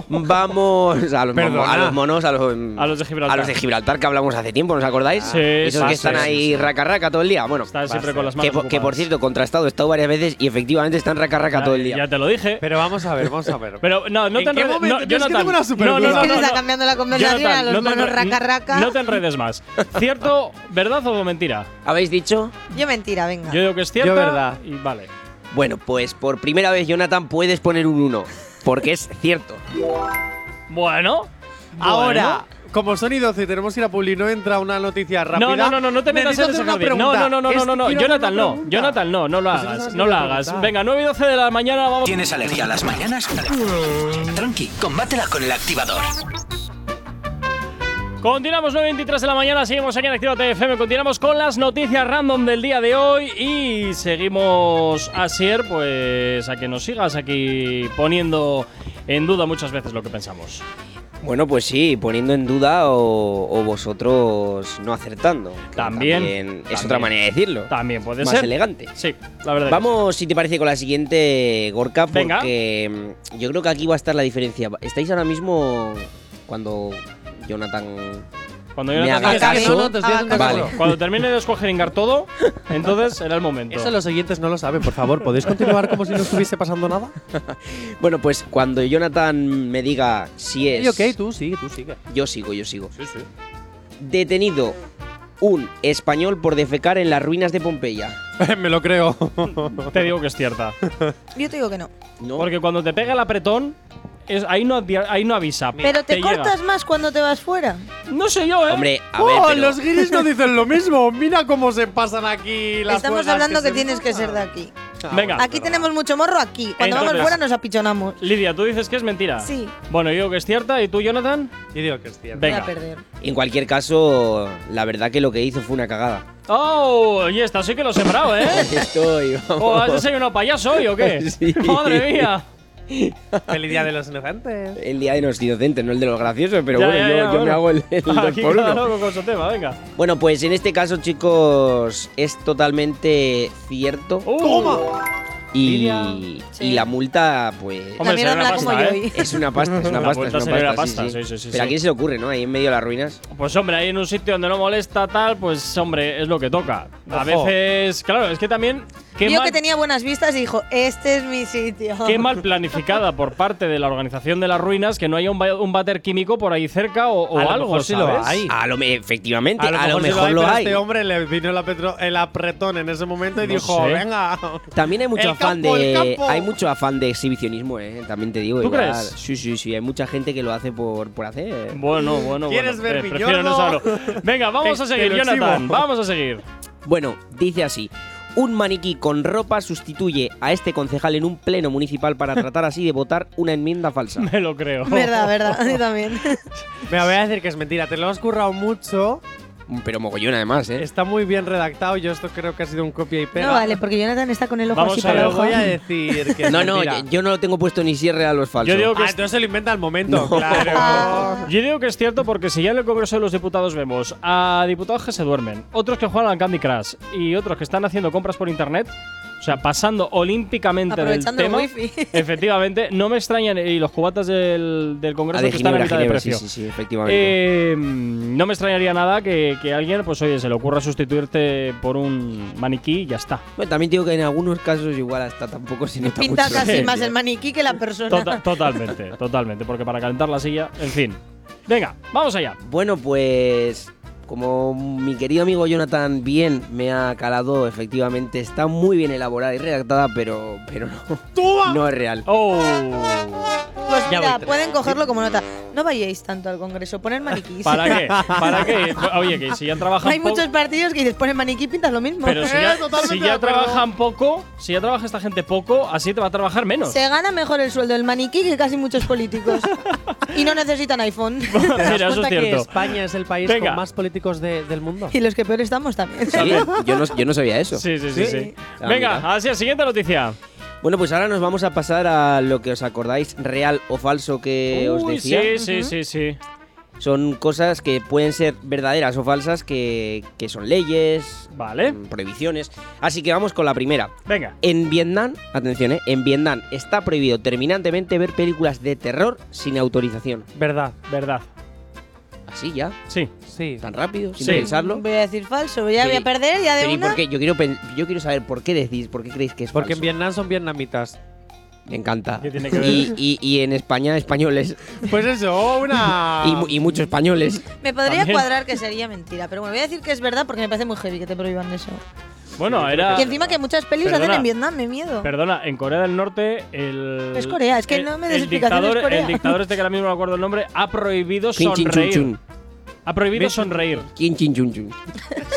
vamos a los, Perdona. monos, a los monos, a los, mm, A los de Gibraltar. a los de Gibraltar que hablamos hace tiempo, ¿nos acordáis? Sí, Esos sí, que están sí, ahí sí. raca raca todo el día. Bueno, Están siempre Basta. con las manos que, por- que por ocupadas. cierto, contrastado he estado varias veces y efectivamente están raca raca Ya- todo el día. Ya te lo dije. Pero vamos a ver, vamos a [LAUGHS] ver. Pero no, no ¿En te qué enredes. momento? No, Yo es que Jonathan, tengo una super no, no, duda. es no, que no, se está no. cambiando la conversación Jonathan, a los no te monos enre- raca raca. No te enredes más. ¿Cierto, verdad o mentira? ¿Habéis dicho? Yo mentira, venga. Yo digo que es cierta. Yo verdad. Y vale. Bueno, pues por primera vez, Jonathan, puedes poner un 1. Porque es cierto. Bueno. Ahora, como son y 12 y tenemos que ir a Publi, no entra una noticia rápida. No, no, no, no, no te metas en Necesito ese hacer una jardín. No, pregunta. no, no, no, Es no, que no, no. quiero hacer Jonathan, una no. pregunta. Jonathan, no, no lo Pues eso hagas. es No lo una hagas. pregunta. Venga, 9 y 12 de la mañana vamos. ¿Tienes alergia a las mañanas? Tranqui, combátela con el activador. Continuamos 9.23 de la mañana, seguimos aquí en Activa FM, continuamos con las noticias random del día de hoy y seguimos a Sier, pues a que nos sigas aquí poniendo en duda muchas veces lo que pensamos. Bueno, pues sí, poniendo en duda o, o vosotros no acertando. que También, es también. otra manera de decirlo. También puede Más ser. E? elegante. Sí, la verdad. que Vamos, si te parece, con la siguiente, Gorka, Venga. porque mm, yo creo que aquí va a estar la diferencia. Estáis ahora mismo cuando Jonathan... sí. Cuando, yo Me no haga tenga- caso. Ah, No, no, te estoy haciendo ah, Vale. caso. cuando termine de escoger [LAUGHS] todo, entonces será el momento. Eso los oyentes no lo saben, por favor. ¿Podéis continuar como si no estuviese pasando nada? Bueno, pues cuando Jonathan me diga si es... Y ok, tú sigue, tú sigue. Yo sigo, yo sigo. Detenido un español por defecar en las ruinas de Pompeya. [LAUGHS] Me lo creo. Te digo que es cierta. Yo te digo que no. No, Porque cuando te pega el apretón, es, ahí, no, advi- ahí no avisa. Pero te, llega. cortas más cuando te vas fuera. No sé yo, ¿eh? hombre, a ver, pero- ¡Oh, los guiris no dicen lo mismo. Mira cómo se pasan aquí las Estamos juegas hablando que, se tienes que montan. ser de aquí. Venga. aquí tenemos mucho morro aquí. Cuando Entonces- vamos fuera nos apichonamos. Lidia, tú dices que es mentira. Sí. Bueno, yo digo que es cierta. ¿Y tú, Jonathan? Y digo que es cierto. Voy a Venga. perder. En cualquier caso, la verdad que lo que hizo fue una cagada. ¡Oh! Y esta sí que lo he sembrado, [LAUGHS] ¿eh? [LAUGHS] Oh, Estoy, ¿O has desayunado payaso hoy o qué? [LAUGHS] Sí. ¡Madre mía! Feliz día de los inocentes. El día de los inocentes, no el de los graciosos, pero Ya, bueno, ya, yo, ya, yo me bueno. hago el, [LAUGHS] el dos Aquí por cada uno. loco con su tema, venga. Bueno, pues en este caso, chicos, es totalmente cierto. Uh, y, Lidia. y la multa, pues. Hombre, También será una habla como pasta, yo ¿eh? hoy. Es una pasta, es [LAUGHS] una La pasta, es multa una sería pasta. una sí, pasta, sí. sí, sí, sí, Pero sí. a quién se le ocurre, ¿no? Ahí en medio de las ruinas. Pues hombre, ahí en un sitio donde no molesta tal, pues hombre, es lo que toca. A Ojo. veces, claro, es que también qué Vio mal, que tenía buenas vistas y dijo, este es mi sitio. qué mal planificada por parte de la organización de las ruinas que no haya un, ba- un váter químico por ahí cerca o, o A lo algo, mejor sí lo ¿sabes? hay. Sí. A lo, me- efectivamente, A lo mejor, sí lo, pero a hay. Este hombre le vino el, apretro- el apretón en ese momento y No dijo, sé. venga. También hay mucho El afán campo, el de. campo. Hay mucho afán de exhibicionismo, eh. También te digo. ¿Tú igual. crees? Sí, sí, sí. Hay mucha gente que lo hace por, por hacer. eh. Bueno, bueno, ¿Quieres bueno. ver mi prefiero no yordo? saberlo. Venga, vamos [LAUGHS] Te- a seguir, te lo Jonathan. exhibo. Vamos a seguir. [LAUGHS] Bueno, dice así. Un maniquí con ropa sustituye a este concejal en un pleno municipal para tratar así de votar una enmienda falsa. [LAUGHS] Me lo creo. [LAUGHS] Verdad, verdad. [LAUGHS] Yo también. Me voy a decir que es mentira. Te lo has currado mucho. Pero mogollón además, ¿eh? Está muy bien redactado. Yo esto creo que ha sido un copia y pega. No vale, porque Jonathan está con el ojo Vamos así a para ver, Pero abajo. voy a decir que es No, no, mentira. yo, yo no lo tengo puesto ni cierre a los falsos. Yo digo que Ah, es entonces se lo inventa al momento, No. [LAUGHS] Ah, claro. Yo digo que es cierto porque si ya en el Congreso de los Diputados vemos a diputados que se duermen, otros que juegan al Candy Crush y otros que están haciendo compras por internet, o sea, pasando olímpicamente del Aprovechando el tema, [LAUGHS] wifi. efectivamente, no me extrañan y los cubatas del, del Ah, Congreso de que están a Ginebra, mitad de Ginebra, sí, precio. sí, sí, efectivamente. Eh, no me extrañaría nada que, que a alguien, pues oye, se le ocurra sustituirte por un maniquí y ya está. Bueno, también digo que en algunos casos igual hasta tampoco se nota Pinta mucho. ¿eh? casi más el maniquí que la persona. Tota- [LAUGHS] totalmente, totalmente, porque para calentar la silla, en fin. Venga, vamos allá. Bueno, pues como mi querido amigo Jonathan bien me ha calado, efectivamente está muy bien elaborada y redactada, pero, pero no, no es real. ¡Oh! [LAUGHS] Pues mira, pueden cogerlo como nota. No vayáis tanto al Congreso, poner maniquís. ¿Para [LAUGHS] qué? ¿Para qué? Oye, que si ya trabajan Hay poco- muchos partidos que dices, ponen maniquí, pintas lo mismo. Pero si [LAUGHS] ya, Eh, totalmente si ya de acuerdo. trabajan poco, si ya trabaja esta gente poco, así te va a trabajar menos. Se gana mejor el sueldo del maniquí que casi muchos políticos. y no necesitan [LAUGHS] iPhone. [LAUGHS] [LAUGHS] Mira, eso es que cierto. España es el país Venga. con más políticos de- del [LAUGHS] mundo. y los que peor estamos también. Sí, yo, no, yo no sabía eso. oh, Sí, sí, sí. Sí. sí. Ah, Venga, mira. hacia siguiente noticia. Bueno, pues ahora nos vamos a pasar a lo que os acordáis, real o falso que os Uy, decía. sí, sí, sí, sí. Son cosas que pueden ser verdaderas o falsas, que, que son leyes, Vale. mm, prohibiciones. Así que vamos con la primera. Venga. En Vietnam, atención, ¿eh? en Vietnam está prohibido terminantemente ver películas de terror sin autorización. Verdad, Verdad. Así ya, Sí. sí. tan rápido, sin Sí. pensarlo. Voy a decir falso, ya voy a Pero- perder, ya de Pero ¿y una. por qué? Yo quiero, pen- yo quiero saber por qué decís, por qué creéis que es Porque en falso. Vietnam son vietnamitas. Me encanta. ¿Qué tiene que ver? Y, y- y en España, españoles. Pues eso, una. [LAUGHS] Y, mu- y muchos españoles. Ah. Me podría También. cuadrar que sería mentira, pero bueno, voy a decir que es verdad porque me parece muy heavy que te prohíban eso. Bueno, era. y encima que muchas pelis se Perdona. hacen en Vietnam, me miedo. Perdona, en Corea del Norte el. Es Corea, es que el- no me el des explicaciones, dictador, Corea. El dictador este que ahora mismo no me acuerdo el nombre ha prohibido Chin, chin, chun, sonreír. chun. Ha prohibido sonreír. Chin, chin, chun, chun.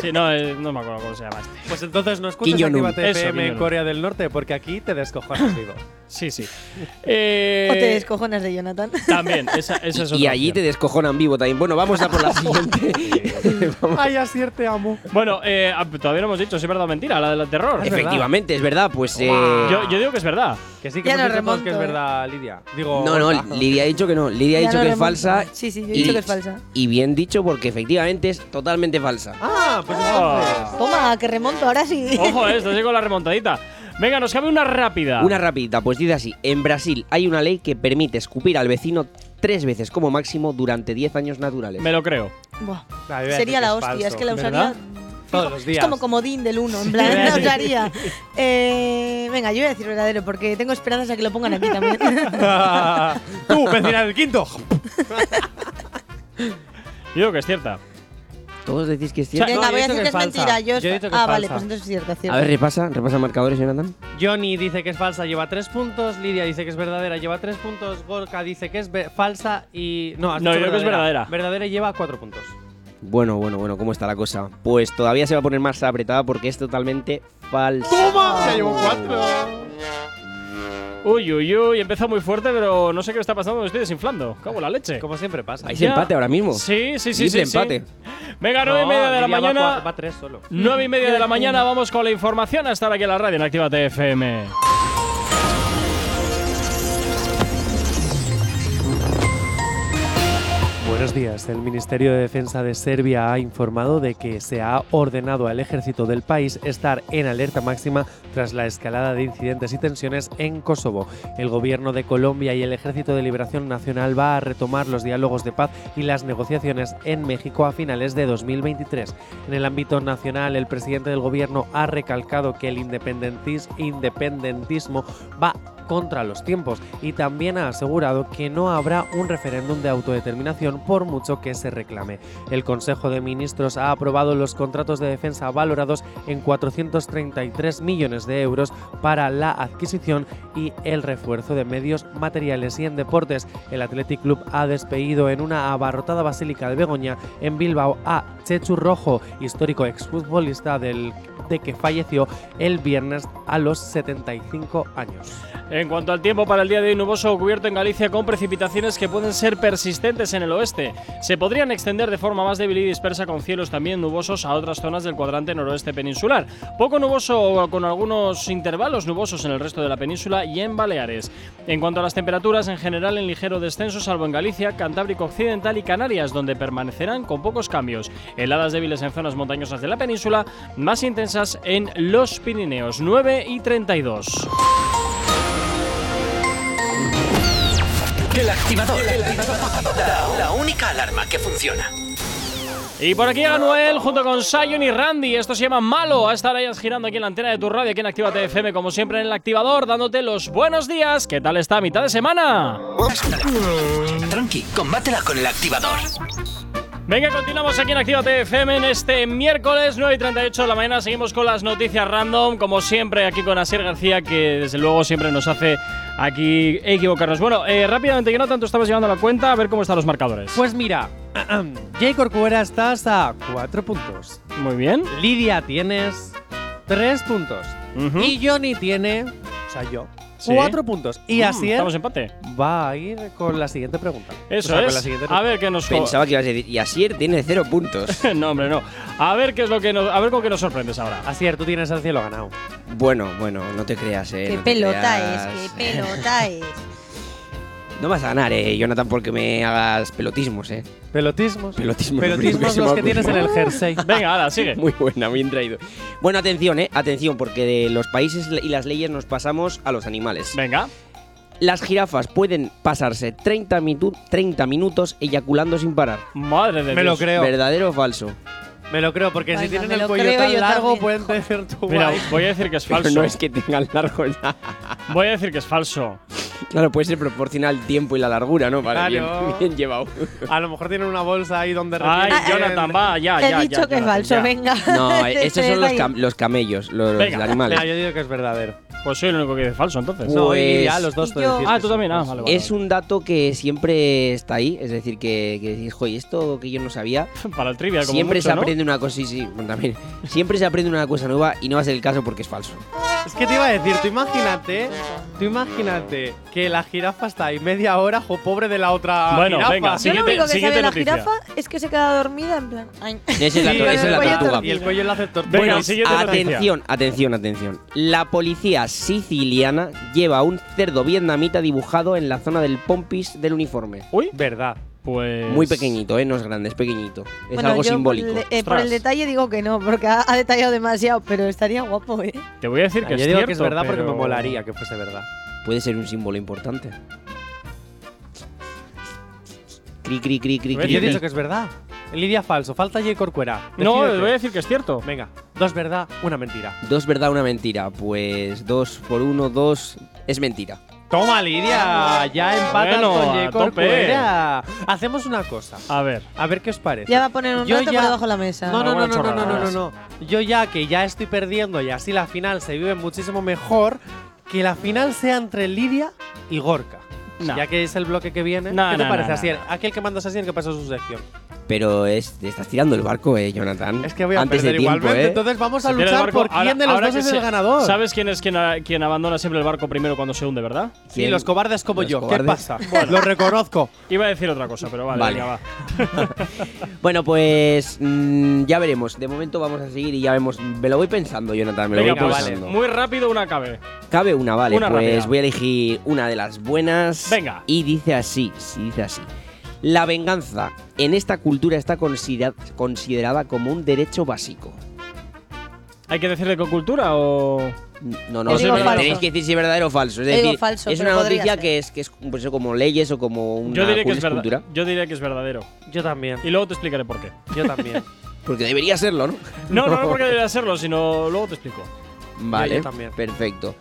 Sí, no, eh, no me acuerdo cómo se llama este. Pues entonces no escuches Kim Jong-un. Actívate Eso, Kim FM en Jong-un. [LAUGHS] Corea del Norte porque aquí te descojonas vivo. Sí, sí. Eh, O te descojonas de Jonathan. También, esa, esa es [LAUGHS] Y, otra y allí opción. te descojonan vivo también. Bueno, vamos a por [LAUGHS] la siguiente. [LAUGHS] Vamos. Ay, Asier, te amo. Bueno, eh, ah, todavía no hemos dicho si es verdad o mentira, la del terror. verdad. Efectivamente, es verdad, pues. eh, Yo, yo digo que es verdad. Que sí, que Ya hemos nos dicho todos que es remonto, eh. verdad, Lidia. Digo, no, no, Lidia ha dicho que no. Lidia ha Ya dicho no que lo es falsa. remonto. Sí, sí, yo he dicho que es falsa. Y bien dicho, porque efectivamente es totalmente falsa. Ah, pues Ah. Toma, que remonto, ahora sí. Ojo, eh, esto llegó la remontadita. Venga, nos cabe una rápida. Una rapidita, pues dice así, en Brasil hay una ley que permite escupir al vecino tres veces como máximo durante 10 años naturales. Me lo creo. Buah. La idea Sería es que la es hostia, falso, es que la ¿verdad? usaría. Todos los días. [LAUGHS] Es como comodín del uno, en plan, la usaría. Eh, venga, yo voy a decir verdadero porque tengo esperanzas a que lo pongan aquí también. Tú, vecina del quinto. Yo digo que es cierta. Todos decís que es sea, cierto. venga, no, yo voy he a dicho que decir que es es falsa. mentira. Yo es- Yo he dicho que es ah, vale, falsa. pues entonces es cierto, es A cierto. ver, repasa, repasa marcadores, Jonathan. Johnny dice que es falsa, lleva tres puntos. Lidia dice que es verdadera, lleva tres puntos. Gorka dice que es ve- falsa y. No, has No, dicho yo creo que es verdadera. Verdadera lleva cuatro puntos. Bueno, bueno, bueno, ¿cómo está la cosa? Pues todavía se va a poner más apretada porque es totalmente falsa. ¡Toma! Se llevó cuatro. Uy, uy, uy, empezó muy fuerte, pero no sé qué me está pasando, me estoy desinflando. Cago en la leche. Como siempre pasa. Hay Ya. empate ahora mismo. Sí, sí, sí, Triple sí. sí. empate. Venga, nueve y media de la Lidia va mañana. cua- Va tres solo. 9 y media de la mañana, vamos con la información a estar aquí en la radio en Actívate FM. Buenos días. El Ministerio de Defensa de Serbia ha informado de que se ha ordenado al ejército del país estar en alerta máxima tras la escalada de incidentes y tensiones en Kosovo. El gobierno de Colombia y el Ejército de Liberación Nacional va a retomar los diálogos de paz y las negociaciones en México a finales de 2023. En el ámbito nacional, el presidente del gobierno ha recalcado que el independentis- independentismo va contra los tiempos y también ha asegurado que no habrá un referéndum de autodeterminación por mucho que se reclame. El Consejo de Ministros ha aprobado los contratos de defensa valorados en 433 millones de euros para la adquisición y el refuerzo de medios materiales y en deportes. El Athletic Club ha despedido en una abarrotada basílica de Begoña en Bilbao a Chechu Rojo, histórico exfutbolista del de que falleció el viernes a los 75 años. En cuanto al tiempo para el día de hoy, nuboso o cubierto en Galicia con precipitaciones que pueden ser persistentes en el oeste. Se podrían extender de forma más débil y dispersa con cielos también nubosos a otras zonas del cuadrante noroeste peninsular. Poco nuboso o con algunos intervalos nubosos en el resto de la península y en Baleares. En cuanto a las temperaturas, en general en ligero descenso salvo en Galicia, Cantábrico Occidental y Canarias, donde permanecerán con pocos cambios. Heladas débiles en zonas montañosas de la península, más intensas en los Pirineos, 9 y 32. El activador. La, la única alarma que funciona. Y por aquí llega Noel junto con Sion y Randy. Esto se llama Malo. A estar ahí girando aquí en la antena de tu radio, aquí en Actívate FM, como siempre en el activador, dándote los buenos días. ¿Qué tal está mitad de semana? Tranqui, combátela con el activador. Venga, continuamos aquí en Actívate FM en este miércoles 9 y 38 de la mañana. Seguimos con las noticias random, como siempre, aquí con Asier García, que desde luego siempre nos hace aquí equivocarnos. Bueno, eh, rápidamente, Jonathan, tú estabas llevando la cuenta a ver cómo están los marcadores. Pues mira, Jacob Cuera estás a 4 puntos. Muy bien. Lidia tienes 3 puntos. Ujú. Y Johnny tiene, o sea, yo, Sí. 4 puntos. Y Mm, así Estamos empate. va a ir con la siguiente pregunta. Eso O sea, con Pues la es. siguiente- A ver qué nos co- Pensaba que ibas a decir, y Asier tiene cero puntos. [LAUGHS] no, hombre, no. A ver qué es lo que nos, a ver con qué nos sorprendes ahora. Asier, tú tienes el cielo ganado. bueno, bueno, no te creas, eh. Qué no te pelota creas. es, qué [LAUGHS] pelota es. No vas a ganar, eh, Jonathan, porque me hagas pelotismos, eh. Pelotismos. [LAUGHS] Pelotismos, Pelotismos lo los que primero que tienes se en me [LAUGHS] ha el jersey. Venga, ahora sigue. [LAUGHS] Muy buena, bien traído. Bueno, atención, eh. Atención, porque de los países y las leyes nos pasamos a los animales. Venga. Las jirafas pueden pasarse 30, mitu- 30 minutos eyaculando sin parar. Madre de Me lo Dios. creo. ¿Verdadero o falso? Me lo creo, porque si Venga, tienen me el lo cuello creo tan yo largo también. pueden tener tu Mira, guay. voy a decir [LAUGHS] que es falso. Pero no es que tengan largo nada. Voy a decir que es falso. Claro, puede ser proporcional al tiempo y la largura, ¿no? Vale, Claro. [LAUGHS] bien, bien llevado. A lo mejor tienen una bolsa ahí donde Ay, Ah, retienen- eh, Jonathan, va, ya, Ah, ya, ya. He dicho que es Jonathan, falso, ya. venga. [LAUGHS] No, eh, Te estos son los, ahí. cam- los camellos, los, Venga, animales. Mira, yo digo que es verdadero. Pues soy el único que dice falso, entonces. No, No, y Pues- ya los dos Y te yo- decís Ah, que tú sí. también. Ah, vale, vale. Es un dato que siempre está ahí, es decir, que, que decís, "Joy, esto que yo no sabía. Para el trivia, como Siempre mucho, se ¿no? [LAUGHS] aprende una cosa, sí, sí, bueno, también. Siempre se aprende una cosa nueva y no va a ser el caso porque es falso. Es que te iba a decir, tú imagínate, tú imagínate que la jirafa está ahí media hora, jo, pobre de la otra Bueno, jirafa. venga, Sí, Yo lo Siguiente- único que siguiente sabe la noticia. jirafa es que se queda dormida en plan. ay. Esa es la, sí, pues tor- con esa es el la cuello tortuga. Y el cuello en la tortuga. Venga, Bueno, siguiente noticia. atención, atención, atención. La policía siciliana lleva a un cerdo vietnamita dibujado en la zona del pompis del uniforme. Uy, Verdad. pues. Muy pequeñito, ¿eh? No es grande, es pequeñito. Es Bueno, algo yo simbólico. Por el, de- eh, por Ostras. el detalle digo que no, porque ha, ha detallado demasiado, pero estaría guapo, ¿eh? Te voy a decir Ah, que Yo es digo cierto, que es verdad porque me pero- molaría que fuese verdad. Puede ser un símbolo importante. Cri, cri, cri, cri, Voy a cri. Y yo he decir dicho que es verdad. Lidia falso, falta J. Corcuera. No, Decídete. te voy a decir que es cierto. Venga, dos verdad, una mentira. Dos verdad, una mentira. Pues dos por uno, dos. Es mentira. Toma, Lidia, ya empatas Bueno, con a J. tope. Corcuera. Hacemos una cosa. A ver. A ver qué os parece. Ya va a poner un Yo rato ya- por debajo de la mesa. No, no, no, Alguna no, no, no, chorrada, no, no, verás. no. Yo ya que ya estoy perdiendo y así la final se vive muchísimo mejor, que la final sea entre Lidia y Gorka. No. Ya que es el bloque que viene. No, ¿Qué te no, parece, no, Asier? no, Aquel que mandas a Asier que pasó su sección. Pero es, te estás tirando el barco, eh, Jonathan. Es que voy a Antes perder de tiempo, igualmente, ¿eh? entonces vamos a Se pierde el luchar barco. por quién Ahora- de los ahora dos que es se- el ganador. ¿Sabes quién es quien, a- quien abandona siempre el barco primero cuando se hunde, verdad? Sí, los cobardes como Los yo. cobardes. ¿Qué pasa? Lo reconozco. Iba a decir otra cosa, pero vale, Vale. venga, va. Bueno, pues mm, ya veremos. De momento vamos a seguir y ya vemos. Me lo voy pensando, Jonathan. Me lo Venga, voy pues, pensando. muy rápido una cabe. Cabe una, vale. Una pues rápida. voy a elegir una de las buenas. Venga. Y dice así, sí, dice así. La venganza en esta cultura está considera- considerada como un derecho básico. ¿Hay que decirle con cultura o...? No, Yo no, digo no, falso. tenéis que decir si es verdadero o falso. Es Yo digo decir, falso, es pero una podría noticia ser. que es, que es pues, eso, como leyes o como una Yo diré, que es cultura. verdad- yo diré que es verdadero. Yo también. Y luego te explicaré por qué. Yo también. Porque debería serlo, ¿no? [LAUGHS] No, no, no [LAUGHS] porque debería serlo, sino luego te explico. Vale, yo también. perfecto.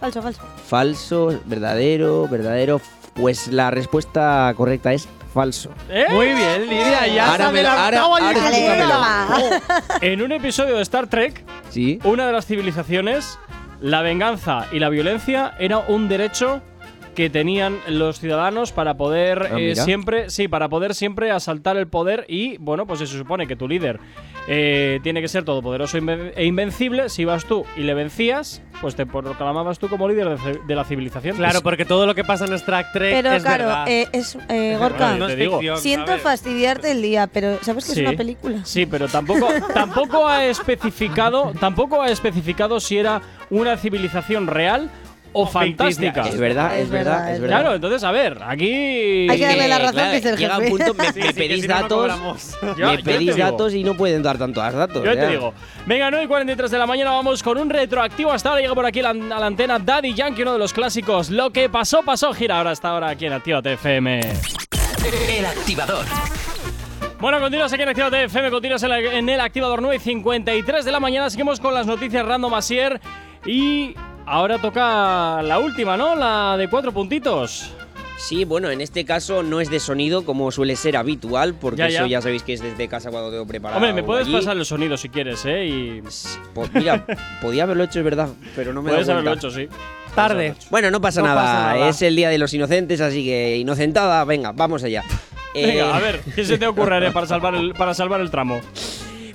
Falso, falso. Falso, verdadero, verdadero. Pues la respuesta correcta es falso. ¿Eh? Muy bien, Lidia, ya Ahora se ha me- ahora- adelantado al Lidia. ahora sí que me lo- [LAUGHS] En un episodio de Star Trek, Sí. una de las civilizaciones, la venganza y la violencia era un derecho que tenían los ciudadanos para poder Ah, eh, mira. siempre, sí, para poder siempre asaltar el poder y bueno, pues si se supone que tu líder eh, tiene que ser todopoderoso e inven- e invencible, si vas tú y le vencías, pues te proclamabas tú como líder de, ce- de la civilización. Claro, porque todo lo que pasa en Star Trek Pero es claro, verdad. eh, es, eh, Gorka, verdad, yo te digo. ficción, siento ¿sabes? fastidiarte el día, pero ¿sabes que Sí. es una película? Sí, pero tampoco, tampoco ha especificado, tampoco ha especificado si era una civilización real o, ficticia. fantástica. Es verdad, es, Es verdad, verdad, es es verdad. Claro, entonces, a ver, aquí. Hay que darle la Eh, razón, claro, que es el llega un jefe. punto, me, [LAUGHS] me Sí, sí, que pedís si no, no datos, [LAUGHS] cobramos. Yo- me yo te pedís digo. datos y no pueden dar tantos datos. Yo ya. te digo. Venga, 9 y 43 de la mañana, vamos con un retroactivo. Hasta ahora llega por aquí la- a la antena Daddy Yankee, uno de los clásicos. Lo que pasó, pasó. Gira ahora hasta ahora aquí en Actívate FM. El activador. Bueno, continuas aquí en Actívate FM, continuas en, la- en el activador 9 y 53 de la mañana. Seguimos con las noticias random asier. Y ahora toca la última, ¿no? La de cuatro puntitos. Sí, bueno, en este caso no es de sonido como suele ser habitual, porque Ya, ya. eso ya sabéis que es desde casa cuando tengo preparado. Hombre, me puedes allí. pasar el sonido si quieres, ¿eh? Y Po- mira, podía haberlo hecho, es verdad, pero no me puedes da haberlo cuenta. hecho, sí. Tarde. Bueno, no, pasa, No nada. pasa nada. es el día de los inocentes, así que inocentada, venga, [LAUGHS] vamos allá. Eh, Venga, a ver, ¿qué se te ocurre eh, para salvar el, para salvar el tramo?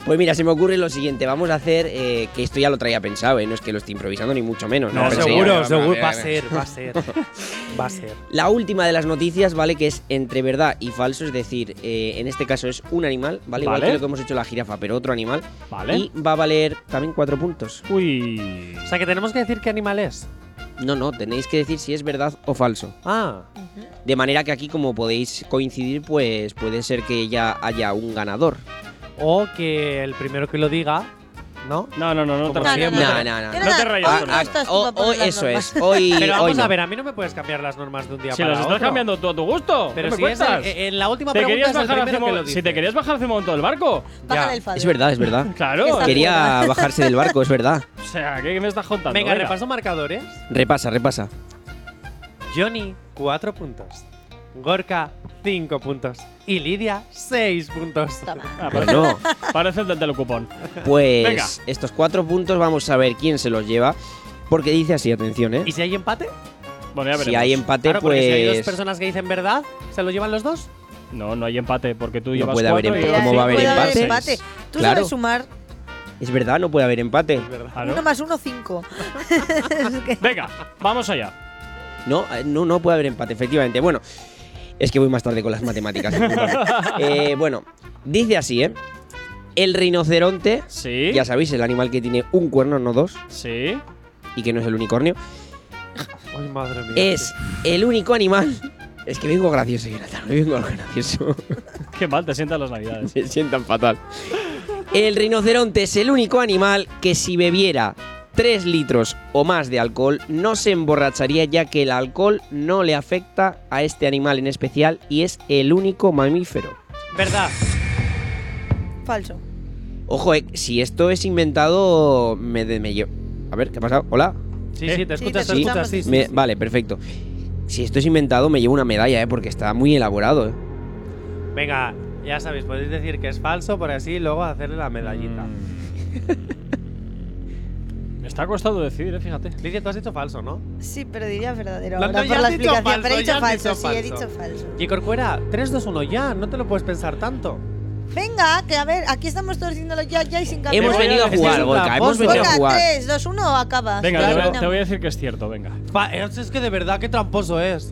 Pues mira, se me ocurre lo siguiente, vamos a hacer, eh, que esto ya lo traía pensado, eh, no es que lo esté improvisando ni mucho menos. No, Pero sí, seguro, ya, seguro. ya, Va a ya. ser, va a ser. Va a ser. La última de las noticias, ¿vale? Que es entre verdad y falso, es decir, eh, en este caso es un animal, ¿vale? Igual Vale. que lo que hemos hecho la jirafa, pero otro animal. Vale. Y va a valer también cuatro puntos. Uy. O sea, que tenemos que decir qué animal es. No, no, tenéis que decir si es verdad o falso. Ah, De manera que aquí, como podéis coincidir, pues puede ser que ya haya un ganador. o que el primero que lo diga, ¿no? No, no, no, no te Como rayes. siempre. No, no, no. Pero No te nada, rayes hoy con no eso. estás tú O- para o poner las ah, oh, eso normas. es, hoy, Pero hoy vamos no. a ver, a mí no me puedes cambiar las normas de un día Si para los estás otro. cambiando tú a tu gusto. Pero ¿qué si me es eh, cuentas? en, en la última ¿Te pregunta querías es el bajar hace primero que mo- lo si dice. te querías bajar hace un momento del barco. Bájale Ya. el fado. Es verdad, es [LAUGHS] verdad. Claro. Está Quería buena. bajarse del barco, es verdad. O sea, ¿qué me estás contando? Venga, repaso marcadores. Repasa, repasa. Johnny, 4 puntos. Gorka, 5 puntos. Y Lidia, 6 puntos. Toma. Ah, parece, Bueno, parece el del telecupón. pues Venga. estos cuatro puntos vamos a ver quién se los lleva. Porque dice así, atención, ¿eh? ¿Y si hay empate? Bueno, ya veremos. Si hay empate, Claro, porque pues. si hay dos personas que dicen verdad, ¿se lo llevan los dos? No, no hay empate porque tú No llevas puede haber cuatro y empate. yo ¿Cómo va a haber Puede cinco. empate? Tú Claro. sabes sumar. Es verdad, no puede haber empate. Claro. Uno más uno, cinco. [LAUGHS] Es que- Venga, vamos allá. No, eh, no, no puede haber empate, efectivamente. Bueno, es que voy más tarde con las matemáticas. disculpadme. Eh, bueno, dice así, ¿eh? El rinoceronte, Sí. ya sabéis, el animal que tiene un cuerno, no dos, Sí. y que no es el unicornio, Ay, madre mía. es el único animal. Es que vengo gracioso, Jonathan, hoy vengo gracioso. [LAUGHS] Qué mal te sientan las navidades. Me sientan fatal. El rinoceronte es el único animal que si bebiera 3 litros o más de alcohol no se emborracharía ya que el alcohol no le afecta a este animal en especial y es el único mamífero. verdad. Falso. Ojo, eh, si esto es inventado me, de- me llevo... A ver, ¿qué ha pasado? Hola. Sí, Eh. sí, te Sí, escuchas, te te escuchas, escuchamos, sí, sí, Me- sí. vale, perfecto. Si esto es inventado me llevo una medalla, eh, porque está muy elaborado. eh. Venga, ya sabéis, podéis decir que es falso por así luego hacerle la medallita. Mm. Me está costando decidir, eh, fíjate. Lidia, tú has dicho falso, ¿no? Sí, pero diría verdadero. Lo- ahora no, por ya la has dicho explicación. pero he falso, ya dicho has falso, dicho sí, he falso. dicho falso. Y Corcuera, 3, 2, 1 ya, no te lo puedes pensar tanto. Venga, que a ver, aquí estamos todos diciéndolo ya, ya y sin cambiar. Hemos voy a- venido a esto Este es jugar, un Gorka, hemos tramposo. venido a Venga, jugar. 3, 2, 1, acabas. Venga, te Claro. voy, a- te voy a decir que es cierto, venga. Pa- es que de verdad, qué tramposo es.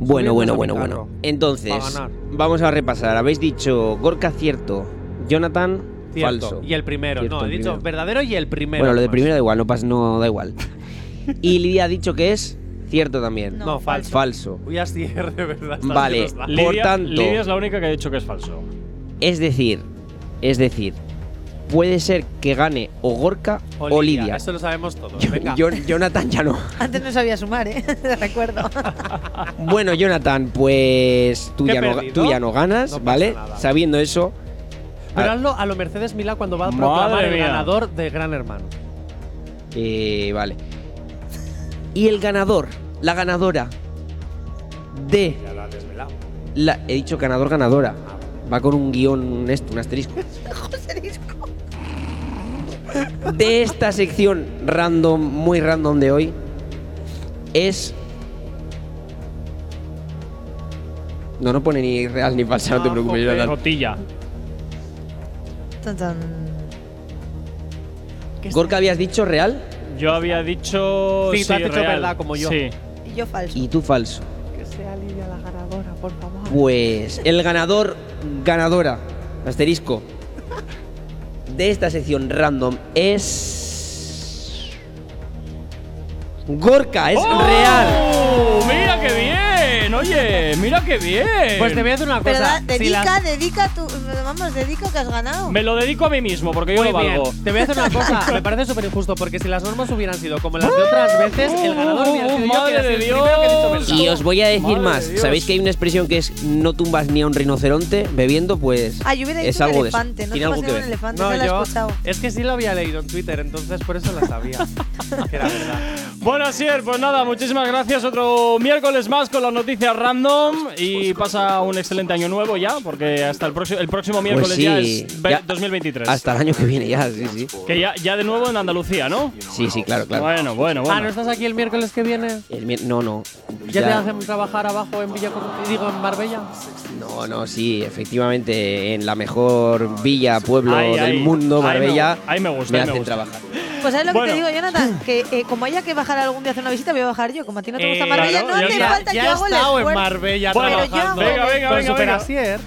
Bueno, Subirnos bueno, a mi bueno, carro. bueno. Entonces, Pa' ganar. vamos a repasar. Habéis dicho Gorka cierto, Jonathan Cierto. falso. Y el primero, Cierto, no, he el dicho primero. verdadero y el primero. bueno, lo de además. primero da igual, no, pas- no [LAUGHS] da igual. y Lidia ha dicho que es cierto también. No, No, falso. Falso. Uy, así es, [LAUGHS] de verdad. estás Vale. de verdad. Por tanto- Lidia es la única que ha dicho que es falso. Es decir, es decir, puede ser que gane o Gorka o, Lidia. Eso lo sabemos todos. Yo- Venga. yo- Jonathan ya no. [LAUGHS] Antes no sabía sumar, ¿eh? [LAUGHS] Te recuerdo. Bueno, Jonathan, pues tú ¿Qué ya, he no, perdido? tú ya no ganas, No pasa ¿vale? nada. Sabiendo eso, Pero Ah. hazlo a lo Mercedes Milá cuando va a Madre proclamar el mía. ganador de Gran Hermano. Eh, vale. Y el ganador, la ganadora de. La, he dicho ganador, ganadora. Va con un guión, un, est- un asterisco. De esta sección random, muy random de hoy, es. No, no pone ni real ni falsa, no te Ah, preocupes, joder. Jonathan. Rotilla. Tan, tan. ¿Qué Gorka, habías dicho real Yo había dicho. Sí, tú has dicho real. verdad, como yo. Sí. está? Y yo falso. y tú falso. Que sea Lidia la ganadora, por favor. Pues el ganador, ganadora, asterisco, de esta sección random es. Gorka, es ¡Oh! real. ¡Uh! ¡Mira qué bien! Oye, mira qué bien. Pues te voy a decir una Pero cosa. da- si dedica, las- dedica tu. Vamos, dedica que has ganado. Me lo dedico a mí mismo porque yo Muy lo valgo. bien. Te voy a hacer una [LAUGHS] cosa. Me parece súper injusto porque si las normas hubieran sido como las de otras veces, el ganador hubiera sido yo, que Madre era el de primero que he dicho Dios. verdad. Y os voy a decir Madre más. de Dios. ¿Sabéis que hay una expresión que es no tumbas ni a un rinoceronte bebiendo? Pues Ah, yo hubiera es dicho un algo de eso. elefante. No Tiene te algo que pasé un ver. elefante, No, ya la he yo- escuchado. Es que sí lo había leído en Twitter, entonces por eso la sabía. que era verdad. Bueno, Asier, pues nada, muchísimas gracias. Otro miércoles más con las noticias random. Y pasa un excelente año nuevo ya, porque hasta el próximo, el próximo miércoles Pues sí, ya es ve- ya. 2023. Hasta el año que viene ya, sí, sí. Que ya, ya de nuevo en Andalucía, ¿no? Sí, sí, claro, claro. Bueno, bueno, bueno. Ah, ¿no estás aquí el miércoles que viene? El mier- no, no. ¿Ya, te Ya- hacen trabajar abajo en Villa Corru- digo en Marbella? No, no, sí, efectivamente, en la mejor villa, pueblo Ay, del ay, mundo, ahí me Marbella, gu- ahí me gusta, me ahí me hacen gusta. trabajar. Pues ¿sabes lo Bueno. que te digo, Jonathan? Que eh, como haya que bajar algún día a hacer una visita, voy a bajar yo. Como a ti no te gusta Eh, Marbella, claro, no ya te está, falta, ya yo hago el he estado en esfuerzo. Marbella Bueno, trabajando. venga, venga, con venga, Super venga. Asier.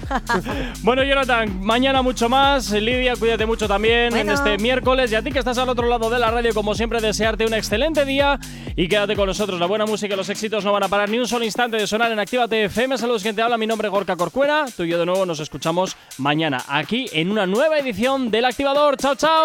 Bueno, Jonathan, mañana mucho más. Lidia, cuídate mucho también en Bueno. este miércoles. Y a ti que estás al otro lado de la radio, como siempre, desearte un excelente día y quédate con nosotros. La buena música y los éxitos no van a parar ni un solo instante de sonar en Actívate FM. Saludos, quien te habla. Mi nombre es Gorka Corcuera. Tú y yo de nuevo nos escuchamos mañana aquí en una nueva edición del Activador. ¡Chao, chao!